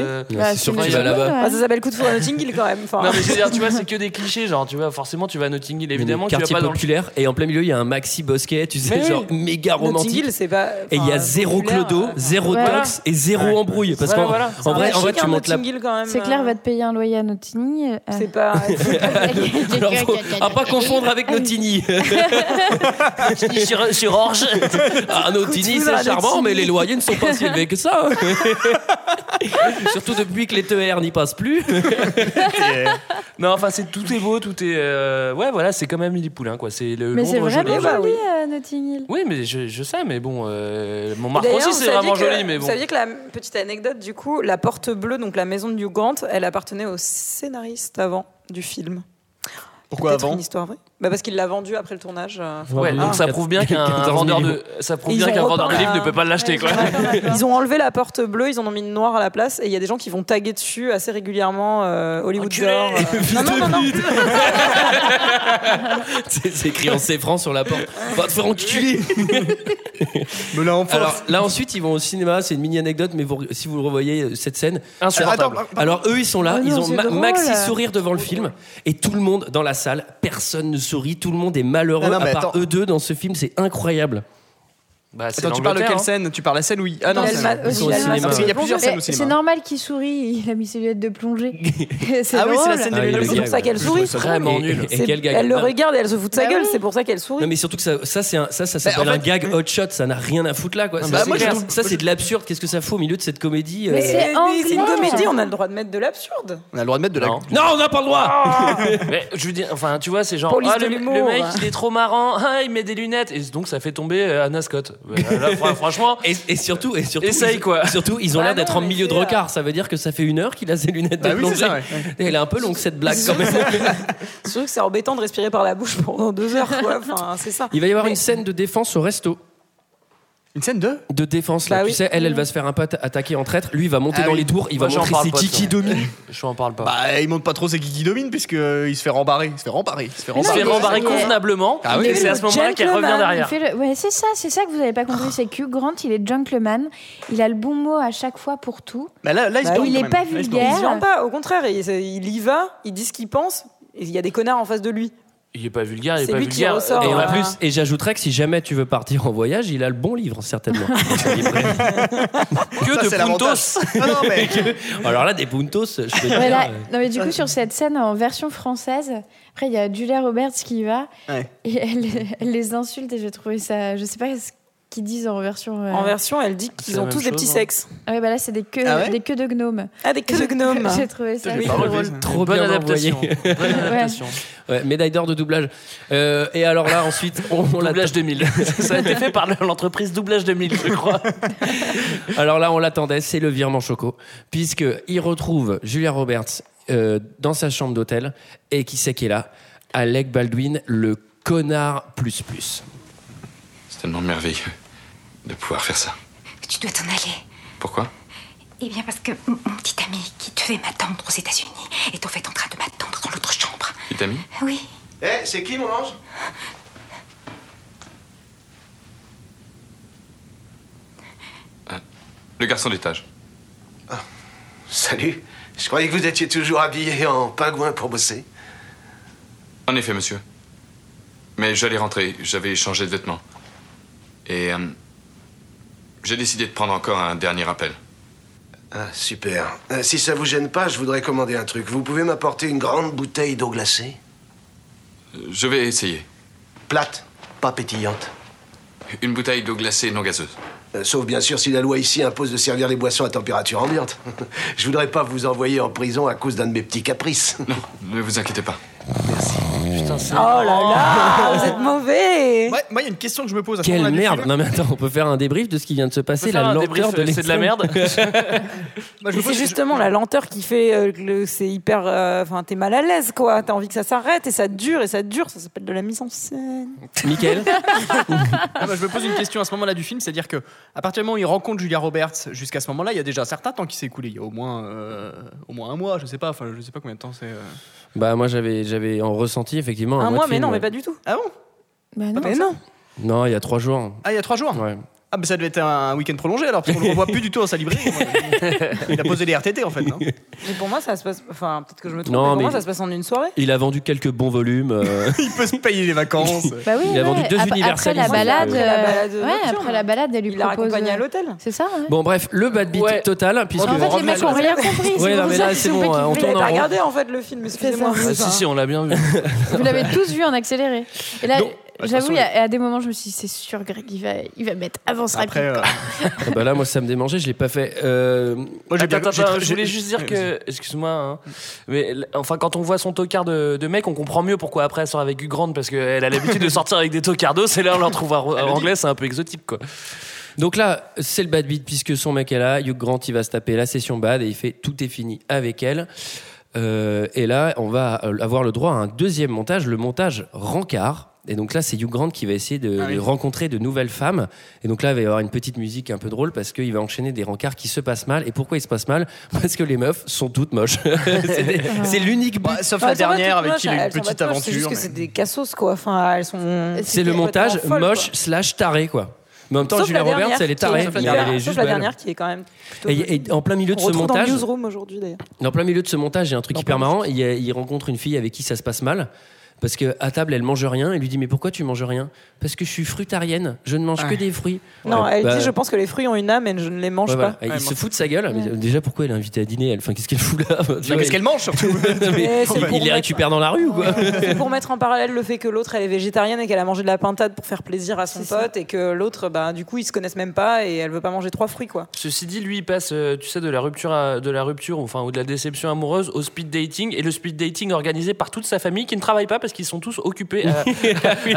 c'est sûr une qu'il va va jolie, là-bas. ouais. Ah, ça s'appelle coup de foudre à Notting Hill quand même. Enfin, Non, mais je veux dire, tu vois, c'est que des clichés, genre, tu vois, forcément, tu vas à Notting Hill, évidemment, tu vas quartier pas dans le. populaire et en plein milieu il y a un maxi bosquet, tu sais, Mais oui. genre méga Notting romantique. Hill, c'est pas. Et il y a Ah, enfin, zéro populaire, clodo, euh, zéro Voilà. tox et zéro embrouille. Parce Voilà, qu'en voilà. en vrai, C'est en vrai, chic, tu hein, montes la. Notting Hill, quand même. euh, C'est clair, va te payer un loyer à Notting. euh, C'est pas. Alors, faut- à pas confondre avec Notini. sur, sur Orge. Ah, Notini, Coup de foudre à c'est charmant, Notini. mais les loyers ne sont pas si élevés que ça. Surtout depuis que les TER n'y passent plus. Non, enfin, c'est tout est beau, tout est. euh, Ouais, voilà, c'est comme Amélie Poulain, quoi. C'est le Mais c'est Londres vraiment joli. bah joli, oui. euh, Notting Hill. Oui, mais je, je sais, mais bon, euh, mon marque D'ailleurs, aussi, vous c'est saviez vraiment que- joli, mais Vous bon. saviez que la petite anecdote, du coup, la porte bleue, donc la maison de Hugh Grant, elle appartenait au scénariste avant du film. Pourquoi Peut-être avant une histoire vraie. Bah parce qu'il l'a vendu après le tournage. euh, Ouais, faut- donc ça Ah. prouve bien qu'un 14 000 vendeur euros. de, ça prouve Ils bien ont qu'un vendeur de repeint livres ne la- peut pas l'acheter, quoi. Ils ont enlevé la porte bleue, ils en ont mis une noire à la place et il y a des gens qui vont taguer dessus assez régulièrement euh, Hollywood Enculé d'or. Non, non, non, non. C'est c'est écrit en séfran sur la porte. Va te faire enculer Me la renforce. Alors là ensuite ils vont au cinéma, c'est une mini anecdote, mais vous- si vous revoyez euh, cette scène, Insupportable. Alors, Alors eux ils sont là, Oh non, ils ont c'est ma- drôle. maxi sourire devant le film et tout le monde dans la salle, personne ne sourit, tout le monde est malheureux Ah non, mais à part attends. eux deux dans ce film, c'est incroyable. Bah, Attends, tu parles de quelle scène Tu parles de la scène où il... Ah non, Il y a c'est- le ma- aussi, il y a le Parce qu'il y a plusieurs scènes au Mais C'est cinéma. normal qu'il sourit, il a mis ses lunettes de plongée. c'est Ah oui, c'est la drôle. scène Ah, des il lunettes. est C'est pour gag, ça ouais. qu'elle Je sourit. trouve ça vraiment Et- nul. Et c'est- quel gag. Ah, Elle le regarde et elle se fout de sa Bah gueule, oui. c'est pour ça qu'elle sourit. Non mais surtout que ça, ça c'est un, ça, ça Bah, s'appelle en fait- un gag hot shot, ça n'a rien à foutre là quoi. Ah, Ça, bah, c'est moi, je clair. trouve- Ça, c'est de l'absurde. Qu'est-ce que ça fout au milieu de cette comédie Mais euh, c'est Mais c'est une anglais. comédie, on a le droit de mettre de l'absurde. On a le droit de mettre de la... Non. Non, on n'a pas le droit. Ah hein. Mais je veux dire, enfin, tu vois, c'est genre, Police ah, de le, l'humour. le mec, il est trop marrant, ah, il met des lunettes, et donc ça fait tomber euh, Anna Scott. Bah, là, fr- franchement, Et, et surtout, et surtout, Essaye, ils- quoi. Surtout, ils ont Bah l'air d'être non, en mais milieu de c'est, euh, recart. Ça veut dire que ça fait une heure qu'il a ses lunettes de Bah oui, c'est plongée. ça, ouais. Et Elle est un peu longue cette blague quand même. C'est sûr que c'est embêtant de respirer par la bouche pendant deux heures, quoi. Enfin, c'est ça. Il va y avoir Mais- une scène de défense au resto. Une scène de... De défense là, Bah tu oui. sais, elle, elle va se faire un peu atta- attaquer en traître. Lui, il va monter Ah dans oui. les tours, il Moi, va j'en montrer parle c'est pas, qui de qui toute domine. je n'en parle pas. Bah, il monte pas trop, c'est qui qui domine, puisqu'il se fait rembarrer. euh, Il se fait rembarrer. Il se fait on se rembarrer. fait mais- rembarrer mais- convenablement, Ah oui, et c'est à ce moment-là qu'elle revient gentleman, Il derrière. fait le- Ouais, c'est ça, c'est ça que vous n'avez pas compris, c'est que Hugh Grant, il est gentleman, il a le bon mot à chaque fois pour tout. Bah là, là, il se Bah plante oui, il quand est même. pas Là, il se vulgaire. Il se vend pas, au contraire, il, c'est- il y va, il dit ce qu'il pense, et il y a des connards en face de lui. Il est pas vulgaire, il est C'est pas lui qui vulgaire. ressort, Et Ah. en plus, et j'ajouterais que si jamais tu veux partir en voyage, il a le bon livre certainement. que Ça, c'est de l'avantage. Puntos. plante. Non, non, mais... Alors là, des puntos, je peux dire. Voilà. euh, Non mais du coup sur cette scène en version française, après il y a Julia Roberts qui y va Ouais. et elle, elle les insulte et j'ai trouvé ça, je sais pas ce qu'ils disent en version. euh, En version, elle dit C'est qu'ils la ont même tous des chose, petits hein. sexes. Ouais bah là c'est des queues, Ah ouais des queues de gnomes. Ah, des queues de gnomes. J'ai trouvé ça. J'ai très pas drôle. relevé ça. Trop Bonne bien adaptation. envoyé. Bonne adaptation. Ouais, médaille d'or de doublage. Euh, et alors là, ensuite, on, on la Doublage 2000. Ça a été fait par l'entreprise Doublage 2000, je crois. Alors là, on l'attendait, c'est le virement choco, puisque il retrouve Julia Roberts euh, dans sa chambre d'hôtel et qui c'est qui est là Alec Baldwin, le connard plus plus. C'est tellement merveilleux de pouvoir faire ça. Tu dois t'en aller. Pourquoi Eh bien, parce que mon mon petit ami qui devait m'attendre aux États-Unis est en fait en train de m'attendre dans l'autre chambre. Il t'a mis Oui. Eh, c'est qui mon ange Euh, Le garçon d'étage. Ah, Salut. Je croyais que vous étiez toujours habillé en pingouin pour bosser. En effet, monsieur. Mais j'allais rentrer, j'avais changé de vêtements. Et euh, j'ai décidé de prendre encore un dernier appel. Ah, super. Euh, si ça vous gêne pas, je voudrais commander un truc. Vous pouvez m'apporter une grande bouteille d'eau glacée Euh, Je vais essayer. Plate, pas pétillante. Une bouteille d'eau glacée non gazeuse. Euh, Sauf bien sûr si la loi ici impose de servir les boissons à température ambiante. Je voudrais pas vous envoyer en prison à cause d'un de mes petits caprices. Non, ne vous inquiétez pas. Oh là là, vous êtes mauvais. Ouais, moi, il y a une question que je me pose à ce moment-là Quelle du merde film. Bah, Non mais attends, on peut faire un débrief de ce qui vient de se On peut passer, faire la un lenteur débrief, euh, de C'est de la l'extrême. merde. Moi, je Mais me c'est pose- justement la lenteur qui fait euh, que le- c'est hyper. euh, Enfin, t'es mal à l'aise, quoi. T'as envie que ça s'arrête et ça dure et ça dure. Ça s'appelle de la mise en scène. Michael, Ah bah, je me pose une question à ce moment-là du film, c'est-à-dire que à partir du moment où il rencontre Julia Roberts, jusqu'à ce moment-là, il y a déjà un certain temps qui s'est écoulé. Il y a au moins, euh, au moins un mois, je sais pas, enfin je sais pas combien de temps c'est. euh. bah moi j'avais j'avais en ressenti effectivement un, Un mois, mois, de Ah, mais film, non, ouais. mais pas du tout. Ah bon Bah non. Mais non. Non, il y a trois jours. Ah il y a trois jours. Oh. Ouais. Ah mais ça devait être un week-end prolongé alors parce qu'on le revoit plus du tout dans sa librairie. il a posé les RTT en fait. hein. non Mais pour moi, ça se passe. Enfin, peut-être que je me trompe. Non, mais pour mais- moi, ça se passe en une soirée. Il a vendu quelques bons volumes. euh, il peut se payer les vacances. Bah oui, Il a ouais. vendu deux Ap- après universalistes. la balade, Après la euh, balade ouais, nocturne. après la balade, elle lui Il l'a propose. raccompagnée à euh, l'hôtel. C'est ça. ouais. Bon bref, le bad beat Ouais. total hein, puisque en fait, les mecs ont rien compris. Ouais, non, pour mais ça là, qu'ils c'est sont bon, pas on kiffés. Vous l'avez tourne en pas rond. regardé en fait le film, excusez-moi. Bah, C'est ça. Ah, si, si, on l'a bien vu. Vous l'avez tous vu en accéléré. Et là, Donc, bah, de toute j'avoue, façon, il y a- à des moments, je me suis dit, c'est sûr, Greg, il va, il va mettre avance rapide. Après, euh, Ah bah là moi ça me démangeait, je l'ai pas fait. Euh, moi j'ai bien- Attends, j'ai attends, très- je voulais j'ai- juste dire que, excuse-moi, hein, mais l- enfin quand on voit son tocard de, de mec, on comprend mieux pourquoi après elle sort avec du grande parce qu'elle a l'habitude de sortir avec des tocardos et là on leur trouve en anglais, c'est un peu exotique quoi. Donc là, c'est le bad beat puisque son mec est là, Hugh Grant il va se taper la session bad et il fait tout est fini avec elle. Euh, et là, on va euh, avoir le droit à un deuxième montage, le montage Rancard. Et donc là, c'est Hugh Grant qui va essayer de, Ah oui. de rencontrer de nouvelles femmes. Et donc là, il va y avoir une petite musique un peu drôle parce qu'il va enchaîner des rencarts qui se passent mal. Et pourquoi ils se passent mal Parce que les meufs sont toutes moches. C'est des- c'est l'unique but. Bah, sauf Ah, elles sont pas toutes moches, elles sont pas toutes moches, C'est juste que c'est des cassos, quoi. Enfin, elles sont. C'est le montage moche slash taré, quoi. Mais en même temps, Sauf Julia la dernière Roberts, elle qui est tarée. Sauf la mais elle est dernière, sauf juste la belle. dernière qui est quand même. plutôt Et, et en plein milieu de On ce retrouve montage, dans Newsroom aujourd'hui d'ailleurs. en plein milieu de ce montage, il y a un truc hyper marrant. Il, y a- il rencontre une fille avec qui ça se passe mal. Parce que à table, elle mange rien. Elle lui dit Mais pourquoi tu manges rien Parce que je suis frutarienne. Je ne mange que Ouais. des fruits. Non, Ouais, elle bah, dit je pense que les fruits ont une âme et je ne les mange ouais, voilà. pas. Et Il se fout de sa gueule. Mais déjà, pourquoi elle est invitée à dîner elle Enfin, qu'est-ce qu'elle fout là Tu vois, qu'est-ce il- qu'elle mange surtout Non, mais Eh, c'est Il pour il les mettre- récupère dans la rue ou quoi C'est pour mettre en parallèle le fait que l'autre elle est végétarienne et qu'elle a mangé de la pintade pour faire plaisir à son C'est ça. pote et que l'autre, bah, du coup, ils se connaissent même pas et elle veut pas manger trois fruits quoi. Ceci dit, lui, il passe, euh, tu sais, de la rupture, à- de la rupture, enfin, ou de la déception amoureuse au speed dating, et le speed dating organisé par toute sa famille qui ne travaille pas parce qu'ils sont tous occupés à,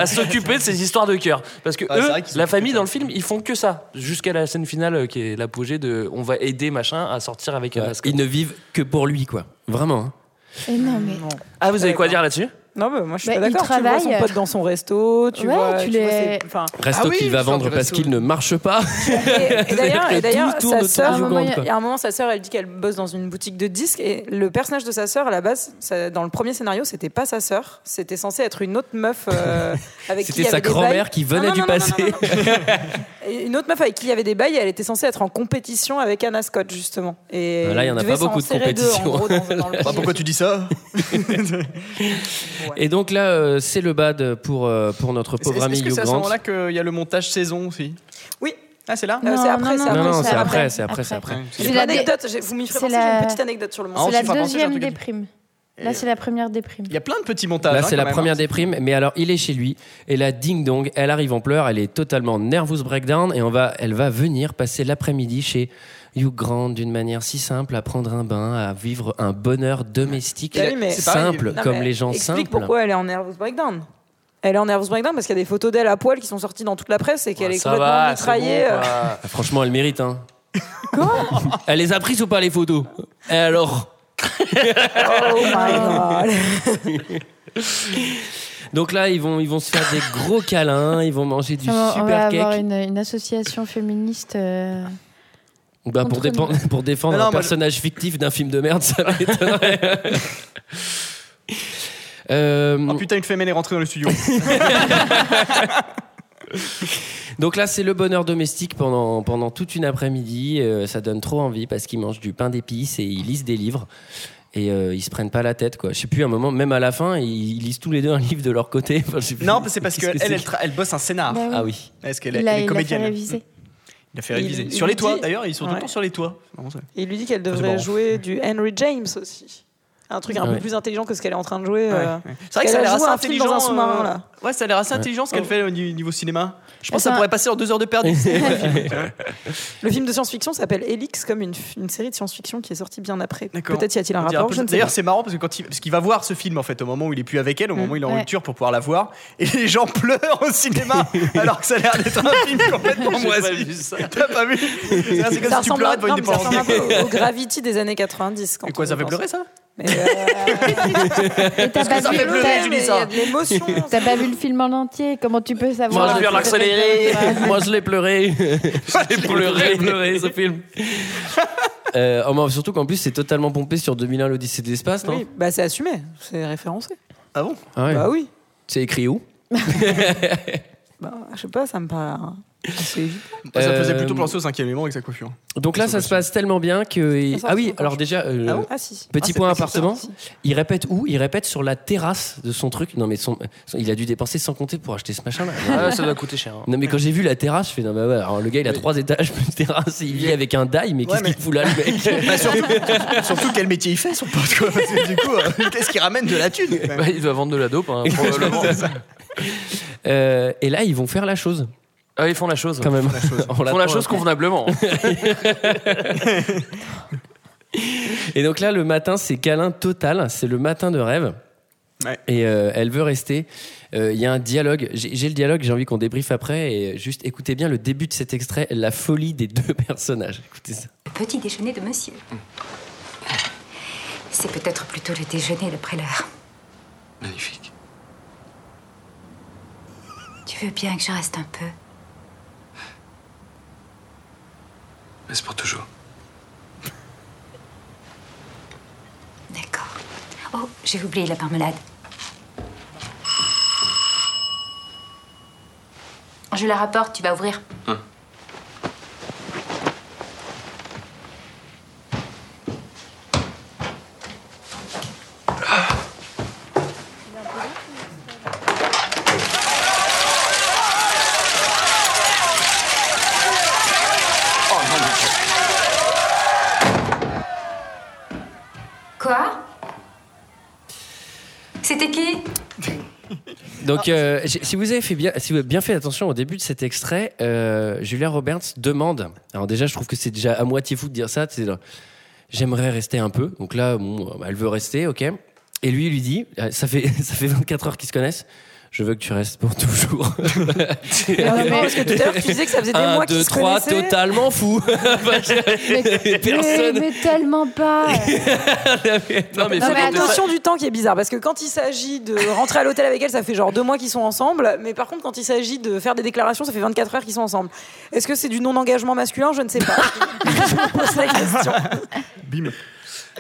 à s'occuper de ces histoires de cœur. Parce que Ah, c'est eux, vrai qu'ils la famille dans le film, ils font que ça jusqu'à la scène finale euh, qui est l'apogée de, on va aider machin à sortir avec un masque. Ils ne vivent que pour lui, quoi. Vraiment. hein. Et non, mais. Ah, vous avez quoi à dire là-dessus Non, mais moi je suis Bah, pas il d'accord. Tu vois son travaille. pote dans son resto, tu Ouais, vois. tu vois, les- c'est- enfin, Resto Ah oui, qu'il va une sorte vendre de parce resto. qu'il ne marche pas. Et d'ailleurs, et d'ailleurs, Tout tourne sa sœur, autour du monde, il quoi. y a un moment, sa sœur, elle dit qu'elle bosse dans une boutique de disques. Et le personnage de sa sœur, à la base, ça- dans le premier scénario, c'était pas sa sœur, c'était censé être une autre meuf euh, avec qui il C'était y avait des sa bails. grand-mère qui venait Non, non, du non, non, non, passé. Et Une autre meuf avec qui il y avait des bails, et elle était censée être en compétition avec Anna Scott justement. Et Euh, Là, il y en a ils devaient pas beaucoup de s'en serrer deux, en compétition. gros, dans- dans le Euh, Bah, premier. pourquoi tu dis ça Et donc là, euh, c'est le bad pour, euh, pour notre Est-ce pauvre ami est-ce que Hugh c'est à ce Grant. moment-là qu'il y a le montage saison aussi Oui. Ah, c'est là Euh, c'est après, c'est Non, après, non, c'est c'est après. après, c'est après, c'est après. J'ai C'est une la anecdote, j'ai- vous m'y ferez c'est penser, j'ai la- une petite anecdote sur le Ah, on C'est montage. la s'y fera penser, j'ai un deuxième truc à dire. déprime. Là, c'est la première déprime. Il y a plein de petits montages. Là, hein, c'est quand la même, première hein. déprime, mais alors il est chez lui et là, ding dong, elle arrive en pleurs, elle est totalement nervous breakdown et on va, elle va venir passer l'après-midi chez Hugh Grant d'une manière si simple, à prendre un bain, à vivre un bonheur domestique Bah oui, mais- C'est pareil. simple, Non, euh, comme mais les gens explique simples. pourquoi elle est en nervous breakdown. Elle est en nervous breakdown parce qu'il y a des photos d'elle à poil qui sont sorties dans toute la presse et qu'elle est Ça complètement va, c'est mitraillée. bon, euh. quoi. Ah, franchement, elle mérite. Hein. elle les a prises ou pas les photos Et alors Oh my god. Donc là, ils vont, ils vont se faire des gros câlins, ils vont manger du Ça va, on va super avoir cake. une, une association féministe. euh, Bah, pour, Entre dépen- pour défendre Non, un non, moi, je- personnage fictif d'un film de merde, ça m'étonnerait. Euh, Oh putain, une femelle est rentrée dans le studio. donc là, c'est le bonheur domestique pendant, pendant toute une après-midi. Euh, ça donne trop envie parce qu'ils mangent du pain d'épices et ils lisent des livres. Et euh, ils se prennent pas la tête, quoi. Je sais plus, à un moment, même à la fin, ils, ils lisent tous les deux un livre de leur côté. Enfin, je sais plus. non, parce- c'est parce Qu'est-ce qu'elle que elle, c'est elle tra- elle bosse un scénar. bah oui. Ah oui. Est-ce qu'elle est, Il a- elle est il a fait comédienne réviser. Il a fait Il- réviser. il sur les dit- toits, d'ailleurs, ils sont tout Ouais. le temps sur les toits. C'est marrant, ça. Il lui dit qu'elle C'est devrait bon. jouer du Henry James aussi. Un truc un Ouais. peu plus intelligent que ce qu'elle est en train de jouer. euh. Ouais. C'est vrai Elle que ça a a l'air assez joué un film intelligent. dans un sous-marin, euh, là. Ouais, ça a l'air assez intelligent ce qu'elle fait au ni- niveau cinéma. Je pense que ça Enfin- pourrait passer en deux heures de perdu. Le film de science-fiction s'appelle Elix, comme une, f- une série de science-fiction qui est sortie bien après. D'accord. Peut-être y a-t-il un On dirait un rapport, peu- je ne sais pas. D'ailleurs, c'est marrant parce que quand il, parce qu'il va voir ce film en fait au moment où il est plus avec elle, au Mm. moment où il est en Ouais. rupture pour pouvoir la voir, et les gens pleurent au cinéma alors que ça a l'air d'être un film complètement moisi. T'as pas vu C'est comme si tu Ça ressemble, pleurais un, devant une non, mais ça dépendance. ressemble un peu au Gravity des années 90. quand Et quoi, on ça y fait pense. pleurer ça Mais, euh, Et t'as que pas, ça vu fait le- pleurer, t'as- Julie, ça Il y a de l'émotion. t'as pas vu le film en entier. Comment tu peux savoir Moi, je euh, vais en si ça fait accélérer. pleurer ou pas Moi, je l'ai pleuré. J'ai pleuré, pleuré ce film. Euh, oh, mais surtout qu'en plus, c'est totalement pompé sur 2001 l'Odyssée de l'espace, non Oui, bah c'est assumé, c'est référencé. Ah bon Ah ouais. Bah oui. C'est écrit où Bah, je sais pas, ça me paraît hein, assez évident. Bah, Ça faisait Euh, plutôt penser au cinquième élément avec sa coiffure. Donc là, ça se passe tellement bien que. Ça, Ah oui, c'est encore alors déjà, euh, Ah bon Ah si. petit Ah, c'est point précis, ça. appartement. Il répète où Il répète sur la terrasse de son truc. Non, mais son, son- il a dû dépenser sans compter pour acheter ce machin-là. Ah, ça doit coûter cher. hein. Non, mais quand j'ai vu la terrasse, je fais non, bah ouais, alors le gars, il a trois étages plus de terrasse, il vit avec un die, mais qu'est-ce mais- qu'il fout là, le mec Bah, surtout, surtout quel métier il fait son pote quoi. Parce que Du coup, euh, qu'est-ce qu'il ramène de la thune quand même Bah, il doit vendre de la dope, hein, probablement. Euh, Et là, ils vont faire la chose, Ah, ils font la chose. quand même. On hein. Ils font la l'apprend chose convenablement. Et donc là, le matin, c'est câlin total. C'est le matin de rêve. Ouais. Et euh, elle veut rester. Euh, Il y a un dialogue. J'ai j'ai le dialogue, j'ai envie qu'on débriefe après. Et juste écoutez bien le début de cet extrait, la folie des deux personnages. Écoutez ça. Petit déjeuner de monsieur. C'est peut-être plutôt le déjeuner, le préleur. Magnifique. Tu veux bien que je reste un peu Mais c'est pour toujours. D'accord. Oh, j'ai oublié la marmelade. Je la rapporte, tu vas ouvrir. Quoi C'était qui Donc, euh, j'ai- si vous avez fait bien, si vous avez bien fait attention au début de cet extrait, euh, Julia Roberts demande. Alors déjà, je trouve que c'est déjà à moitié fou de dire ça. c'est genre, J'aimerais rester un peu. Donc là, bon, elle veut rester, ok. Et lui, il lui dit, euh, ça fait ça fait 24 heures qu'ils se connaissent. Je veux que tu restes pour non, toujours. parce que tout à l'heure, tu disais que ça faisait des Un, mois qu'ils deux, se trois, connaissaient. totalement fou. Mais, Personne. mais tellement pas. Non, Non, mais la notion du temps qui est bizarre parce que quand il s'agit de rentrer à l'hôtel avec elle, ça fait genre deux mois qu'ils sont ensemble. Mais par contre, quand il s'agit de faire des déclarations, ça fait 24 heures qu'ils sont ensemble. Est-ce que c'est du non-engagement masculin Je ne sais pas. Je me pose la question.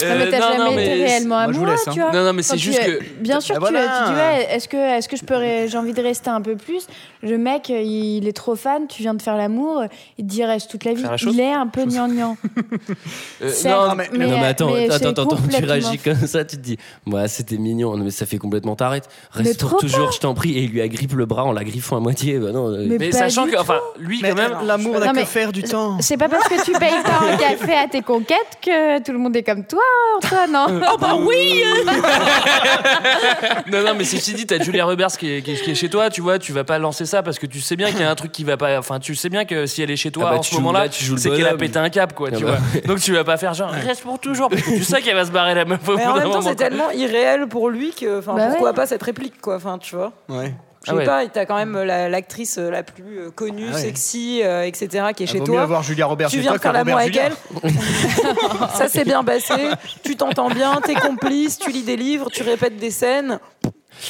Euh, Non, mais t'as non, non, jamais été mais- réellement Moi, je vous amoureux, laisse, hein. tu vois. Non, non, mais c'est Quand tu juste es- que- Bien sûr, Bah tu, voilà. tu dis, ouais, est-ce que, est-ce que je peux, ré- j'ai envie de rester un peu plus Le mec, il est trop fan, tu viens de faire l'amour, il te dit reste toute la vie. Faire la chose. il est un peu gnangnan. Euh, Certes, non, mais, mais- non, mais attends, mais c'est attends, attends, tu complètement réagis comme ça, tu te dis, moi c'était mignon, Non, mais ça fait complètement t'arrête. Mais Reste pour trop toujours, pas. je t'en prie. Et il lui agrippe le bras en la griffant à moitié. Bah non, euh, Mais Mais pas sachant du que, enfin, lui quand même. L'amour n'a Non, que mais- faire du temps. C'est pas parce que tu payes pas un café à tes conquêtes que tout le monde est comme toi, Antoine, non Oh bah oui Non, non, mais ceci dit, t'as Julia Roberts qui est, qui est- qui est chez toi, tu vois, tu vas pas lancer ça parce que tu sais bien qu'il y a un truc qui va pas. Enfin, tu sais bien que si elle est chez toi Ah bah, en tu ce joues- moment-là, là, tu joues le c'est qu'elle a bonhomme. pété un cap, quoi, Ah tu bah. vois. Donc tu vas pas faire genre, reste pour toujours, parce que tu sais qu'elle va se barrer la meuf au bout Mais en d'un même temps, moment, c'est quoi. tellement irréel pour lui que, enfin, Bah pourquoi ouais. pas cette réplique, quoi. Enfin, tu vois. Ouais. Je sais Ah ouais. pas, t'as quand même la- l'actrice euh, la plus euh, connue, Ah ouais. sexy, euh, etc., qui est Il chez vaut mieux toi. avoir Julia Roberts tu chez viens toi de faire que l'amour Robert avec Julia. elle. Ça s'est bien passé. Tu t'entends bien, t'es complice, tu lis des livres, tu répètes des scènes.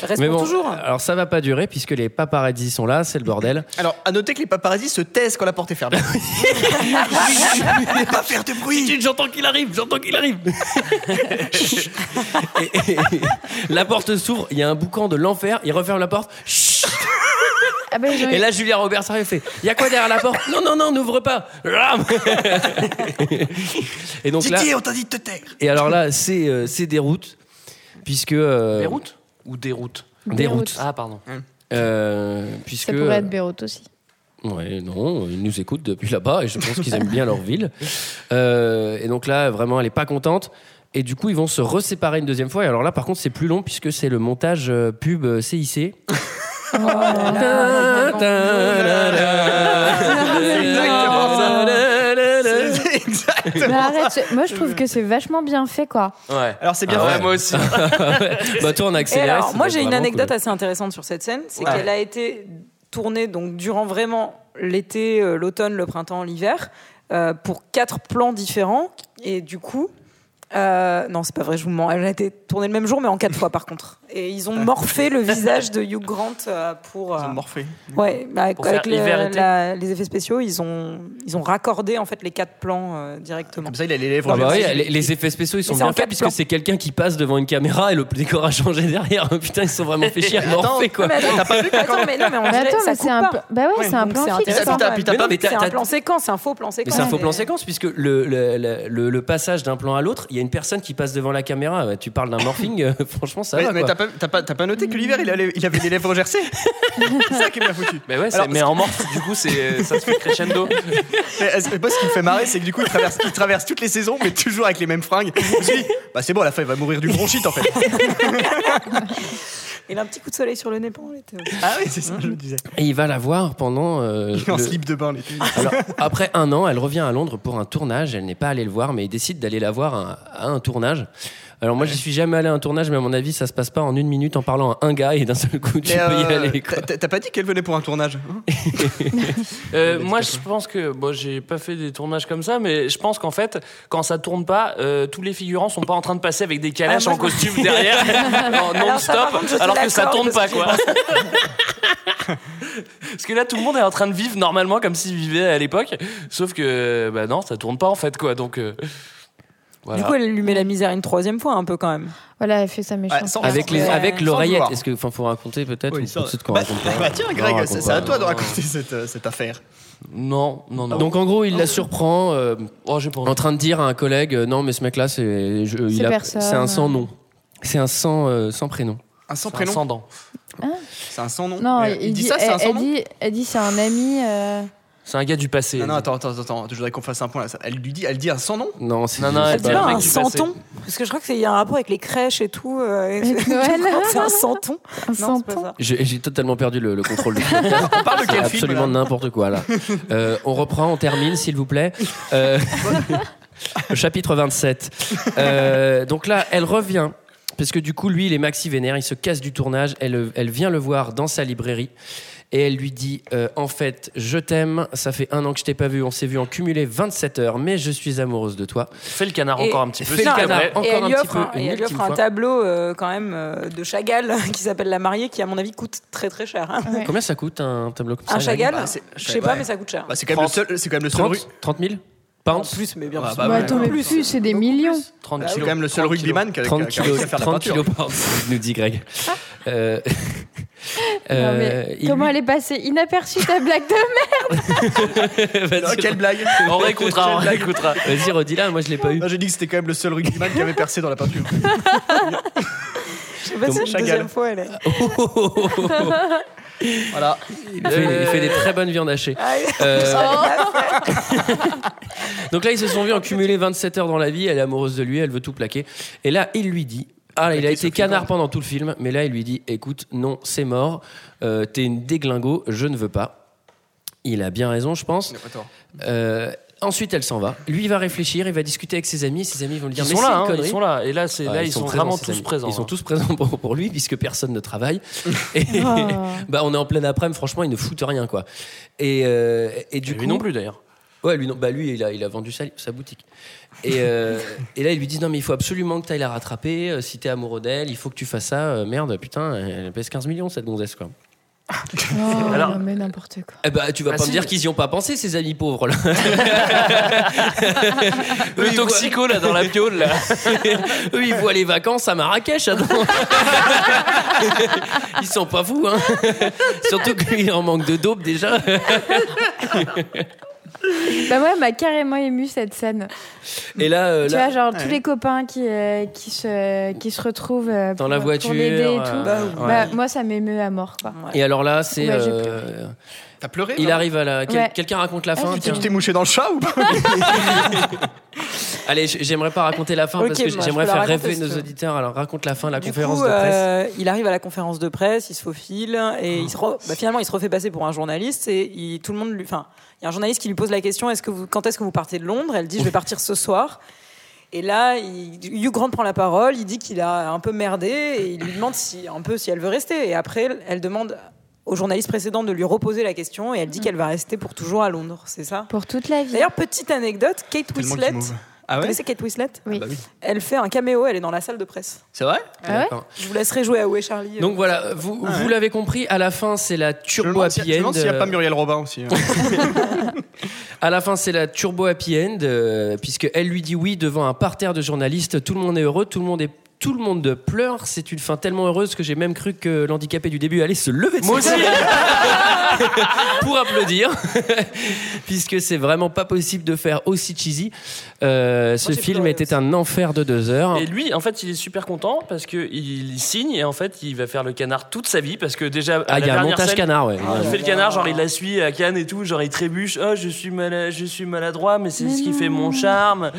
Reste mais pour bon, toujours. alors ça va pas durer puisque les paparazzis sont là, c'est le bordel. Alors, à noter que les paparazzis se taisent quand la porte est fermée. Ah, Je vais pas faire de bruit. J'entends qu'il arrive, j'entends qu'il arrive. Et- et- la porte s'ouvre, il y a un boucan de l'enfer, il referme la porte. Chut Ah bah, je- Et là, Julia Roberts arrive et fait Il y a quoi derrière la porte Non, non, non, n'ouvre pas Ram Et donc là. Didier, on t'a dit de te taire. Et alors là, c'est euh, c'est des routes, puisque. euh, Des routes Ou des routes Des Beyrouth. routes. Ah, pardon. euh, puisque. euh, Ça pourrait être Beyrouth aussi. Ouais, non, ils nous écoutent depuis là-bas et je pense qu'ils aiment bien leur ville. Euh, et donc là, vraiment, elle est pas contente. Et du coup, ils vont se reséparer une deuxième fois. Et alors là, par contre, c'est plus long puisque c'est le montage euh, pub euh, CIC. Oh. exactement Exactement C'est exact. Mais Bah, arrête, c'est- moi je trouve que c'est vachement bien fait quoi. Ouais. Alors, c'est bien Ah ouais. fait. moi aussi. Bah toi, on Et accélère. alors, c'est moi, j'ai une vraiment anecdote cool. assez intéressante sur cette scène. C'est Ouais. qu'elle a été tournée donc, durant vraiment l'été, euh, l'automne, le printemps, l'hiver, euh, pour quatre plans différents. Et du coup. euh, non, c'est pas vrai, je vous mens. Elle a été tournée le même jour, mais en quatre fois par contre. Et ils ont morphé le visage de Hugh Grant euh, pour. euh, Ils ont morphé. Ouais, bah, avec, Pour faire avec le- hiver-été. la- les effets spéciaux, ils ont, ils ont raccordé en fait les quatre plans euh, directement. Comme ça, il a les lèvres. Ah bah inversées. oui, les, les effets spéciaux ils sont c'est en bien faits quatre puisque plans. c'est quelqu'un qui passe devant une caméra et le décor a changé derrière. Oh, Putain, ils se sont vraiment fait chier à morpher quoi. Mais attends, T'as pas vu que attends, mais non, mais on Mais dirait que attends, Ah, ça mais c'est coupe un, pas. pla- bah ouais, c'est un donc plan c'est fixe. intéressant quand Putain, même. putain, Mais non, mais C'est t'as- un plan séquence, c'est un faux plan Mais séquence. c'est un faux plan séquence puisque le, le, le, le- le passage d'un plan à l'autre, il y a une personne qui passe devant la caméra. Ouais, Tu parles d'un morphing, euh, franchement ça Mais, va. mais quoi. t'as pas, t'as pas- t'as pas noté que l'hiver, il, allait- il avait les lèvres gercées C'est ça qui est bien foutu. Mais ouais, c'est- Alors, mais en morphe, du coup, c'est ça se fait crescendo. Mais, euh, c'est pas ce qui me fait marrer, c'est que du coup, il traverse, il traverse toutes les saisons, mais toujours avec les mêmes fringues. Je me suis dit, bah c'est bon, à la fin, il va mourir du bronchite en fait. Il a un petit coup de soleil sur le nez pendant l'été. aussi. Ah oui, c'est ça, je me disais. Et il va la voir pendant. euh, Il est en le- slip de bain l'été. Alors, après un an, elle revient à Londres pour un tournage. Elle n'est pas allée le voir, mais il décide d'aller la voir à, à un tournage. Alors moi, j'y suis jamais allé à un tournage, mais à mon avis, ça se passe pas en une minute en parlant à un gars et d'un seul coup, tu Mais, peux y euh, aller. quoi. t'as- T'as pas dit qu'elle venait pour un tournage hein Euh, moi, je pense que bon, j'ai pas fait des tournages comme ça, mais je pense qu'en fait, quand ça tourne pas, euh, tous les figurants sont pas en train de passer avec des calaches Ah, moi, en je- costume derrière, en Alors ça, par non-stop, contre, je suis alors que ça d'accord tourne avec ce pas, que quoi. Parce que là, tout le monde est en train de vivre normalement comme s'il vivait à l'époque, sauf que bah non, ça tourne pas en fait, quoi. Donc euh, voilà. Du coup, elle lui met la misère une troisième fois, un peu quand Ah, même. Voilà, elle fait sa méchante. sans- Avec les, sans- avec sans l'oreillette. vouloir. Est-ce que, enfin, faut raconter peut-être Oui, ou sans- peut-être qu'on Bah, raconte pas. bah tiens, Non, Greg, raconte c'est c'est pas. à toi de raconter cette, euh, cette affaire. Non, non, non. Donc en gros, il la surprend euh, oh, j'ai pas envie. en train de dire à un collègue euh, non mais ce mec là c'est je- il C'est a- personne. c'est un sans nom. C'est un sans euh, sans prénom. Un sans C'est un prénom sans dents. C'est un sans nom. Non, Mais il, il dit, dit ça, c'est elle, un sans elle nom dit, elle dit c'est un ami. euh, C'est un gars du passé. Non, non, attends, attends, attends. Je voudrais qu'on fasse un point là. Elle lui dit, elle dit un sans nom Non, c'est Non, non, je elle sais Elle dit dit pas. pas le mec un du passé. santon Parce que je crois que c'est- il y a un rapport avec les crèches et tout. euh, et- Avec Noël. Je crois que c'est un santon. Un Non, c'est pas santon. ça. J'ai j'ai totalement perdu le, le contrôle du podcast. On parle de Ah, C'est quel film absolument là n'importe quoi là. Euh, on reprend, on termine s'il vous plaît. Euh, le chapitre 27. Euh, donc là, elle revient. Parce que du coup, lui, il est maxi vénère, il se casse du tournage, elle, elle vient le voir dans sa librairie et elle lui dit euh, En fait, je t'aime, ça fait un an que je t'ai pas vu, on s'est vu en cumulé 27 heures, mais je suis amoureuse de toi. Fais le canard Et- encore un petit peu. Fais s'il le te canard. plaît. Encore et elle un lui petit offre peu, un, une et elle lui ultime offre un fois. tableau euh, quand même euh, de Chagall qui s'appelle La mariée qui à mon avis coûte très très cher. hein. ouais. Combien ça coûte un tableau comme ça Un Greg Chagall, Bah, c'est- je sais pas ouais. mais ça coûte cher. Bah, C'est quand même le seul, c'est quand même le seul 30, ru- 30 000 en Pounds plus mais bien Ah, sûr. bah, Bah, ouais. attends, mais plus, c'est des millions. Bah 30 C'est kilos. quand même le seul 30 kilos. rugbyman qui a, qui a- 30 qui a réussi kilos, à faire la 30 peinture. kilos par nous dit Greg. Euh, Ah. Non, mais euh, il comment lui- elle est passée inaperçue ta blague de merde Non, Vas-y, Oh, Quelle blague On réécoutera, on réécoutera. vas-y, redis-la, moi je l'ai pas eu. Non, J'ai dit que c'était quand même le seul rugbyman qui avait percé dans la peinture. Je sais pas si la Chagall. deuxième fois Euh, elle est. Voilà. Il fait, il fait des très bonnes viandes hachées. Ah, Euh, donc là, ils se sont vus en cumulé 27 heures dans la vie. Elle est amoureuse de lui, elle veut tout plaquer. Et là, il lui dit. Ah, il a été canard pendant tout le film, mais là, il lui dit Écoute, non, c'est mort, euh, t'es une déglingo, je ne veux pas. Il a bien raison, je pense. Attends. Euh, ensuite, elle s'en va. Lui, il va réfléchir, il va discuter avec ses amis. Ses amis vont lui dire Ils Mais sont c'est là, une hein, ils connerie. sont là. Et là, c'est Ah, là, ils ils sont présents, vraiment ses tous amis. présents. Ils sont hein. tous présents pour, pour lui puisque personne ne travaille. Et Oh. bah, on est en plein après-midi, franchement, ils ne foutent rien quoi. Et, euh, et du Lui coup, non plus d'ailleurs. Ouais, lui, non, bah lui, il a, il a vendu sa, sa boutique. Et, euh, et là, ils lui disent Non, mais il faut absolument que tu ailles la rattraper. euh, si t'es amoureux d'elle, il faut que tu fasses ça. euh, merde, putain, elle pèse 15 millions cette gonzesse, quoi. Oh, Alors- non, mais n'importe quoi. Eh bah, tu vas Ah, pas si. me dire qu'ils y ont pas pensé, ces amis pauvres, là. Le toxico là dans la piole là. Eux, ils voient les vacances à Marrakech, attends. ils sont pas fous, hein. Surtout qu'il en manque de dope déjà. Bah ouais, elle m'a carrément ému cette scène. Et là, euh, tu là, vois, genre tous les copains qui, euh, qui, se, qui se retrouvent euh, dans pour- la pour voiture. l'aider et tout. euh, Bah, ouais. Bah, moi, ça m'émeut à mort, quoi. Et alors là, c'est. Ouais, j'ai euh, T'as pleuré il là arrive à la. quel- Ouais. Quelqu'un raconte la Ah, fin. j'ai tiens. Eh ben. Tu t'es mouché dans le chat ou pas Allez, j- j'aimerais pas raconter la fin Ok, bah, parce que moi, je j'aimerais peux la faire raconter, rêver si nos tu veux. auditeurs. Alors raconte la fin, la Du conférence coup, de presse. euh, il arrive à la conférence de presse, il se faufile et il se re- bah, finalement il se refait passer pour un journaliste et il- tout le monde lui, enfin, il y a un journaliste qui lui pose la question est-ce que vous, quand est-ce que vous partez de Londres Elle dit je vais partir ce soir. Et là, il, Hugh Grant prend la parole, il dit qu'il a un peu merdé et il lui demande si, un peu si elle veut rester. Et après, elle demande au journaliste précédent de lui reposer la question et elle dit qu'elle va rester pour toujours à Londres, c'est ça Pour toute la vie. D'ailleurs, petite anecdote, Kate Tellement Winslet, qu'il vous move. Ah ouais connaissez Kate Winslet Oui. Bah oui. Elle fait un caméo, elle est dans la salle de presse. C'est vrai Ah ouais D'accord. Je vous laisserai jouer à Où est Charlie euh, Donc voilà, vous, vous l'avez compris, à la fin c'est la Je me turbo demande si- je me happy end. euh, demande s'il n'y a pas Muriel Robin aussi. hein. À la fin c'est la turbo happy end euh, puisque elle lui dit oui devant un parterre de journalistes. Tout le monde est heureux, tout le monde est tout le monde pleure, c'est une fin tellement heureuse que j'ai même cru que l'handicapé du début allait se lever de Moi son aussi. pour applaudir, puisque c'est vraiment pas possible de faire aussi cheesy. Euh, ce Moi, j'ai film pleuré était aussi. un enfer de deux heures. Et lui, en fait, il est super content parce que il signe et en fait, il va faire le canard toute sa vie parce que déjà à Ah, la il y a un dernière montage scène, canard, ouais. Ah, Il là fait le là. canard, genre il la suit à Cannes et tout, genre il trébuche, oh je suis, mala- je suis maladroit, mais c'est Mais ce qui non. fait mon charme.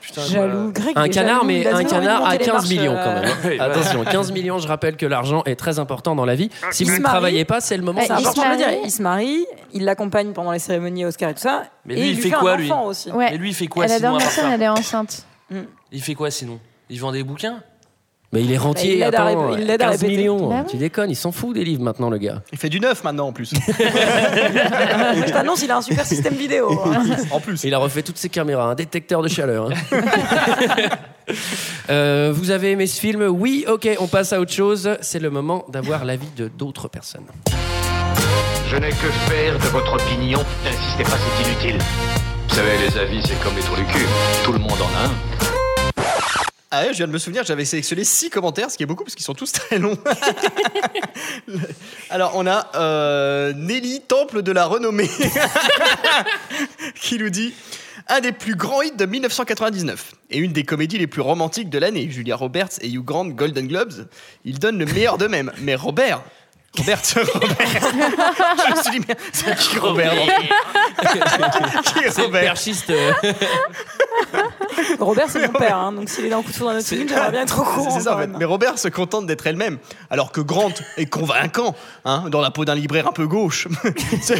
Putain, Jaloux, Greg, Un il est canard, jaloux, il mais a toujours un envie de canard à monter les 15 marches, millions euh, quand même. hein. Oui, voilà. Attention, 15 millions, je rappelle que l'argent est très important dans la vie. Si Ah, Il vous se ne marie. travaillez pas, c'est le moment. Ouais, C'est de- il se important de le dire. marie. Il se marie, il l'accompagne pendant les cérémonies Oscar et tout ça. Mais et lui, il, il lui fait fait, quoi, un lui enfant aussi. Ouais. Mais lui, il fait quoi Elle sinon adore à ma part scène, ça elle est enceinte. Il fait quoi sinon Il vend des bouquins. Mais Bah, il est rentier, il l'aide à attends, rép- il l'aide à 15 répéter. millions. Bah Tu déconnes, il s'en fout des livres maintenant, le gars. Il fait du neuf maintenant en plus. Je t'annonce, il a un super système vidéo. hein. en plus. Il a refait toutes ses caméras, un détecteur de chaleur. hein. Euh, vous avez aimé ce film Oui, ok, on passe à autre chose. C'est le moment d'avoir l'avis de d'autres personnes. Je n'ai que faire de votre opinion. N'insistez pas, c'est inutile. Vous savez, les avis, c'est comme les trous du cul. Tout le monde en a un. Ah ouais, je viens de me souvenir, j'avais sélectionné 6 commentaires, ce qui est beaucoup parce qu'ils sont tous très longs. Alors, on a euh, Nelly, temple de la renommée, qui nous dit Un des plus grands hits de 1999 et une des comédies les plus romantiques de l'année, Julia Roberts et Hugh Grant Golden Globes. Ils donnent le meilleur d'eux-mêmes. Mais Robert Robert, Robert. je me suis dit, merde, c'est qui Robert Qui est C'est Robert perchiste. euh, Robert, c'est mon père, hein, donc s'il est dans coup de foudre à notre film, j'aimerais bien être au courant. C'est ça, en quand fait. même. Mais Robert se contente d'être elle-même, alors que Grant est convaincant, hein, dans la peau d'un libraire un peu gauche. ce,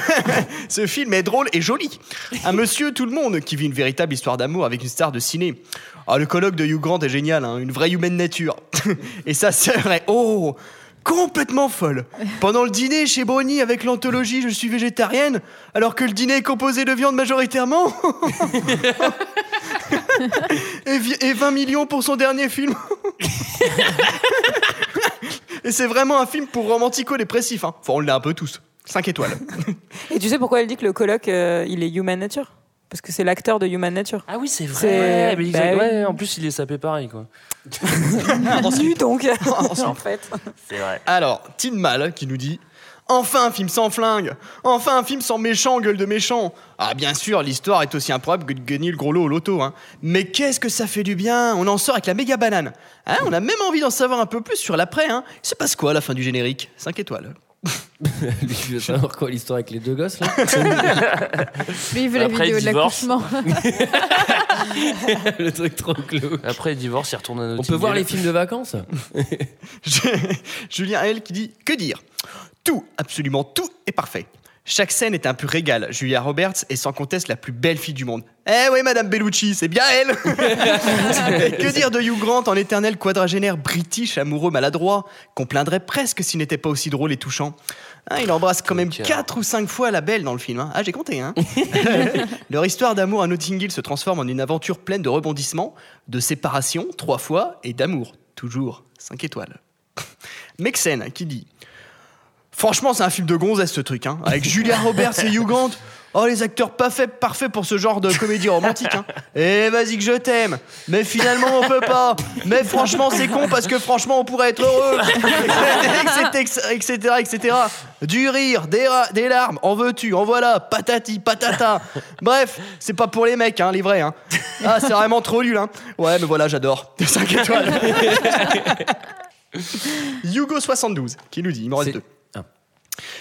ce film est drôle et joli. Un monsieur tout le monde qui vit une véritable histoire d'amour avec une star de ciné. Ah, le colloque de Hugh Grant est génial, hein, une vraie humaine nature. et sa sœur est oh complètement folle. Pendant le dîner chez Brony avec l'anthologie Je suis végétarienne, alors que le dîner est composé de viande majoritairement. et, vi- et 20 millions pour son dernier film. Et c'est vraiment un film pour romantico-dépressif. Hein. Enfin, on l'a un peu tous. 5 étoiles. Et tu sais pourquoi elle dit que le colloque, euh, il est Human Nature Parce que c'est l'acteur de Human Nature. Ah oui, c'est vrai. Ouais, mais il- Bah oui. ouais, en plus, il est sapé pareil, quoi. Nu donc, en s'en- fait. C'est vrai. Alors, Tin Mal qui nous dit Enfin un film sans flingue Enfin un film sans méchant, gueule de méchant Ah, bien sûr, l'histoire est aussi improbable que de gagner le gros lot au loto. Hein. Mais qu'est-ce que ça fait du bien On en sort avec la méga banane. Hein, on a même envie d'en savoir un peu plus sur l'après. Hein. Il se passe quoi à la fin du générique 5 étoiles. Lui, il veut savoir quoi l'histoire avec les deux gosses là Lui, il veut la Après, vidéo de divorce. l'accouchement. Ah, Le truc trop glauque. Après, il divorce, il retourne à notre On peut voir les films de vacances Julien L qui dit Que dire Tout, absolument tout est parfait. Chaque scène est un pur régal. Julia Roberts est sans conteste la plus belle fille du monde. Eh oui, Madame Bellucci, c'est bien elle Et Que dire de Hugh Grant en éternel quadragénaire british, amoureux maladroit, qu'on plaindrait presque s'il n'était pas aussi drôle et touchant Hein, Il embrasse quand même Cœur. 4 ou 5 fois la belle dans le film. hein. Ah, j'ai compté, hein Leur histoire d'amour à Notting Hill se transforme en une aventure pleine de rebondissements, de séparation, trois fois, et d'amour, toujours. 5 étoiles. Mexen qui dit Franchement, c'est un film de gonzesse ce truc, hein, avec Julia Roberts et Hugh Grant. Oh, les acteurs parfaits, parfaits pour ce genre de comédie romantique. Hein. Eh, vas-y que je t'aime. Mais finalement, on peut pas. Mais franchement, c'est con parce que franchement, on pourrait être heureux. etc., etc., etc. Du rire, des, ra- des larmes, en veux-tu, en voilà, patati, patata. Bref, c'est pas pour les mecs, hein, les vrais. Hein. Ah, c'est vraiment trop nul. Hein. Ouais, mais voilà, j'adore. 5 étoiles. Hugo72 qui nous dit, il me reste C'est- deux.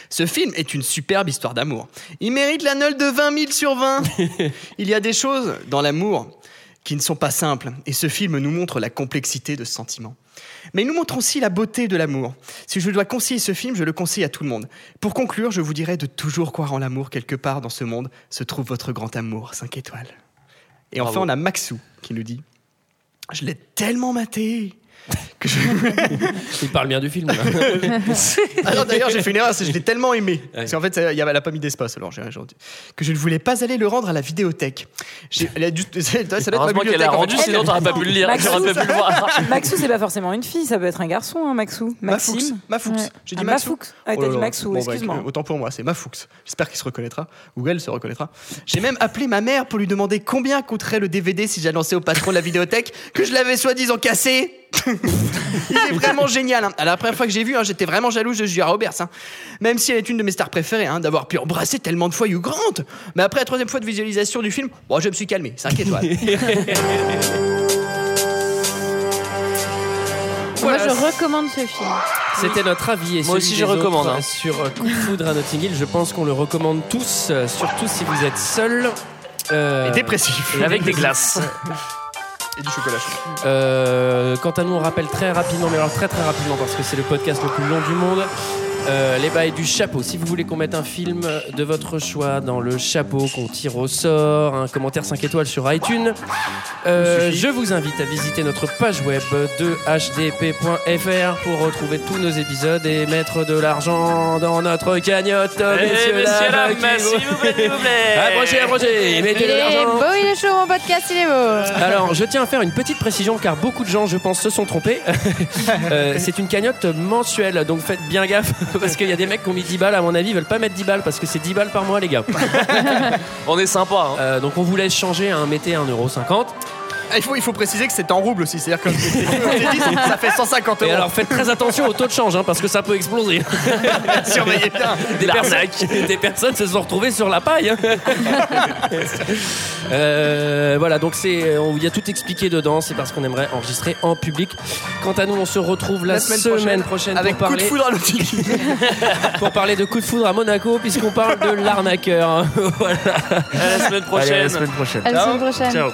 Ce film est une superbe histoire d'amour. Il mérite la note de 20 000 sur 20. Il y a des choses dans l'amour qui ne sont pas simples, et ce film nous montre la complexité de ce sentiment. Mais il nous montre aussi la beauté de l'amour. Si je dois conseiller ce film, je le conseille à tout le monde. Pour conclure, je vous dirais de toujours croire en l'amour. Quelque part dans ce monde se trouve votre grand amour. 5 étoiles. Et enfin, Bravo. on a Maxou qui nous dit Je l'ai tellement maté que je. Il parle bien du film. là. Ah non, d'ailleurs, j'ai fait une erreur, c'est que je l'ai tellement aimé. Parce qu'en fait, ça- il y avait- elle a pas mis d'espace, alors j'ai j'ai- Que je ne voulais pas aller le rendre à la vidéothèque. J'ai- elle a dû- ça doit être ma Heureusement qu'elle l'a bibliothèque, en rendu, fait. sinon t'aurais pas pu le lire. Maxou, T'aurais pas pu le voir. Maxou, c'est pas forcément une fille, ça peut être un garçon, hein, Maxou. Maxime. Mafoux. Mafoux. Ouais. J'ai dit Ah, Maxou. Mafoux. Ah, Oh t'as là dit là. Maxou, Bon, bah, excuse-moi. écoute, autant pour moi, c'est Mafoux. J'espère qu'il se reconnaîtra. Ou elle se reconnaîtra. J'ai même appelé ma mère pour lui demander combien coûterait le DVD si j'annonçais au patron de la vidéothèque que je l'avais soi-disant cassé. Il est vraiment génial. hein. À la première fois que j'ai vu, hein, j'étais vraiment jalouse de Julia Roberts. hein. Même si elle est une de mes stars préférées, hein, d'avoir pu embrasser tellement de fois Hugh Grant. Mais après la troisième fois de visualisation du film, bon, je me suis calmé. 5 étoiles. Moi, Voilà. je recommande ce film. C'était notre avis. Et Moi celui aussi, des je recommande, autres hein. Sur euh, Coup de foudre à Notting Hill, je pense qu'on le recommande tous, euh, surtout si vous êtes seul. Euh, Et dépressif. Avec des glaces. Et du chocolat. chaud. Euh, quant à nous, on rappelle très rapidement, mais alors très très rapidement parce que c'est le podcast le plus long du monde. Euh, les bails du chapeau. Si vous voulez qu'on mette un film de votre choix dans le chapeau, qu'on tire au sort, un commentaire 5 étoiles sur iTunes, euh, je vous invite à visiter notre page web de hdp.fr pour retrouver tous nos épisodes et mettre de l'argent dans notre cagnotte. Eh, messieurs, messieurs, dames, dames, s'il vous plaît, s'il vous plaît. Approchez, approchez, Il mettez de est l'argent. beau, il est chaud, mon podcast, il est beau. Alors, je tiens à faire une petite précision car beaucoup de gens, je pense, se sont trompés. Euh, c'est une cagnotte mensuelle, donc faites bien gaffe parce qu'il y a des mecs qui ont mis 10 balles, à mon avis, ils veulent pas mettre 10 balles parce que c'est 10 balles par mois, les gars. Euh, on est sympa. hein. donc, on vous laisse changer, hein, mettez 1,50€. Ah, Il faut, il faut préciser que c'est en rouble aussi, c'est-à-dire que c'est dit, ça fait 150 Et euros. alors, faites très attention au taux de change hein, parce que ça peut exploser. Surveillez bien. Des personnes, des personnes se sont retrouvées sur la paille. hein. Euh, voilà, donc c'est, on- il y a tout expliqué dedans. C'est parce qu'on aimerait enregistrer en public. Quant à nous, on se retrouve la, semaine, prochaine, avec pour coup de parler foudre à l'outil. pour parler de coup de foudre à Monaco, puisqu'on parle de l'arnaqueur. voilà. À la semaine prochaine. Allez, à la semaine prochaine. À la semaine prochaine. Ciao.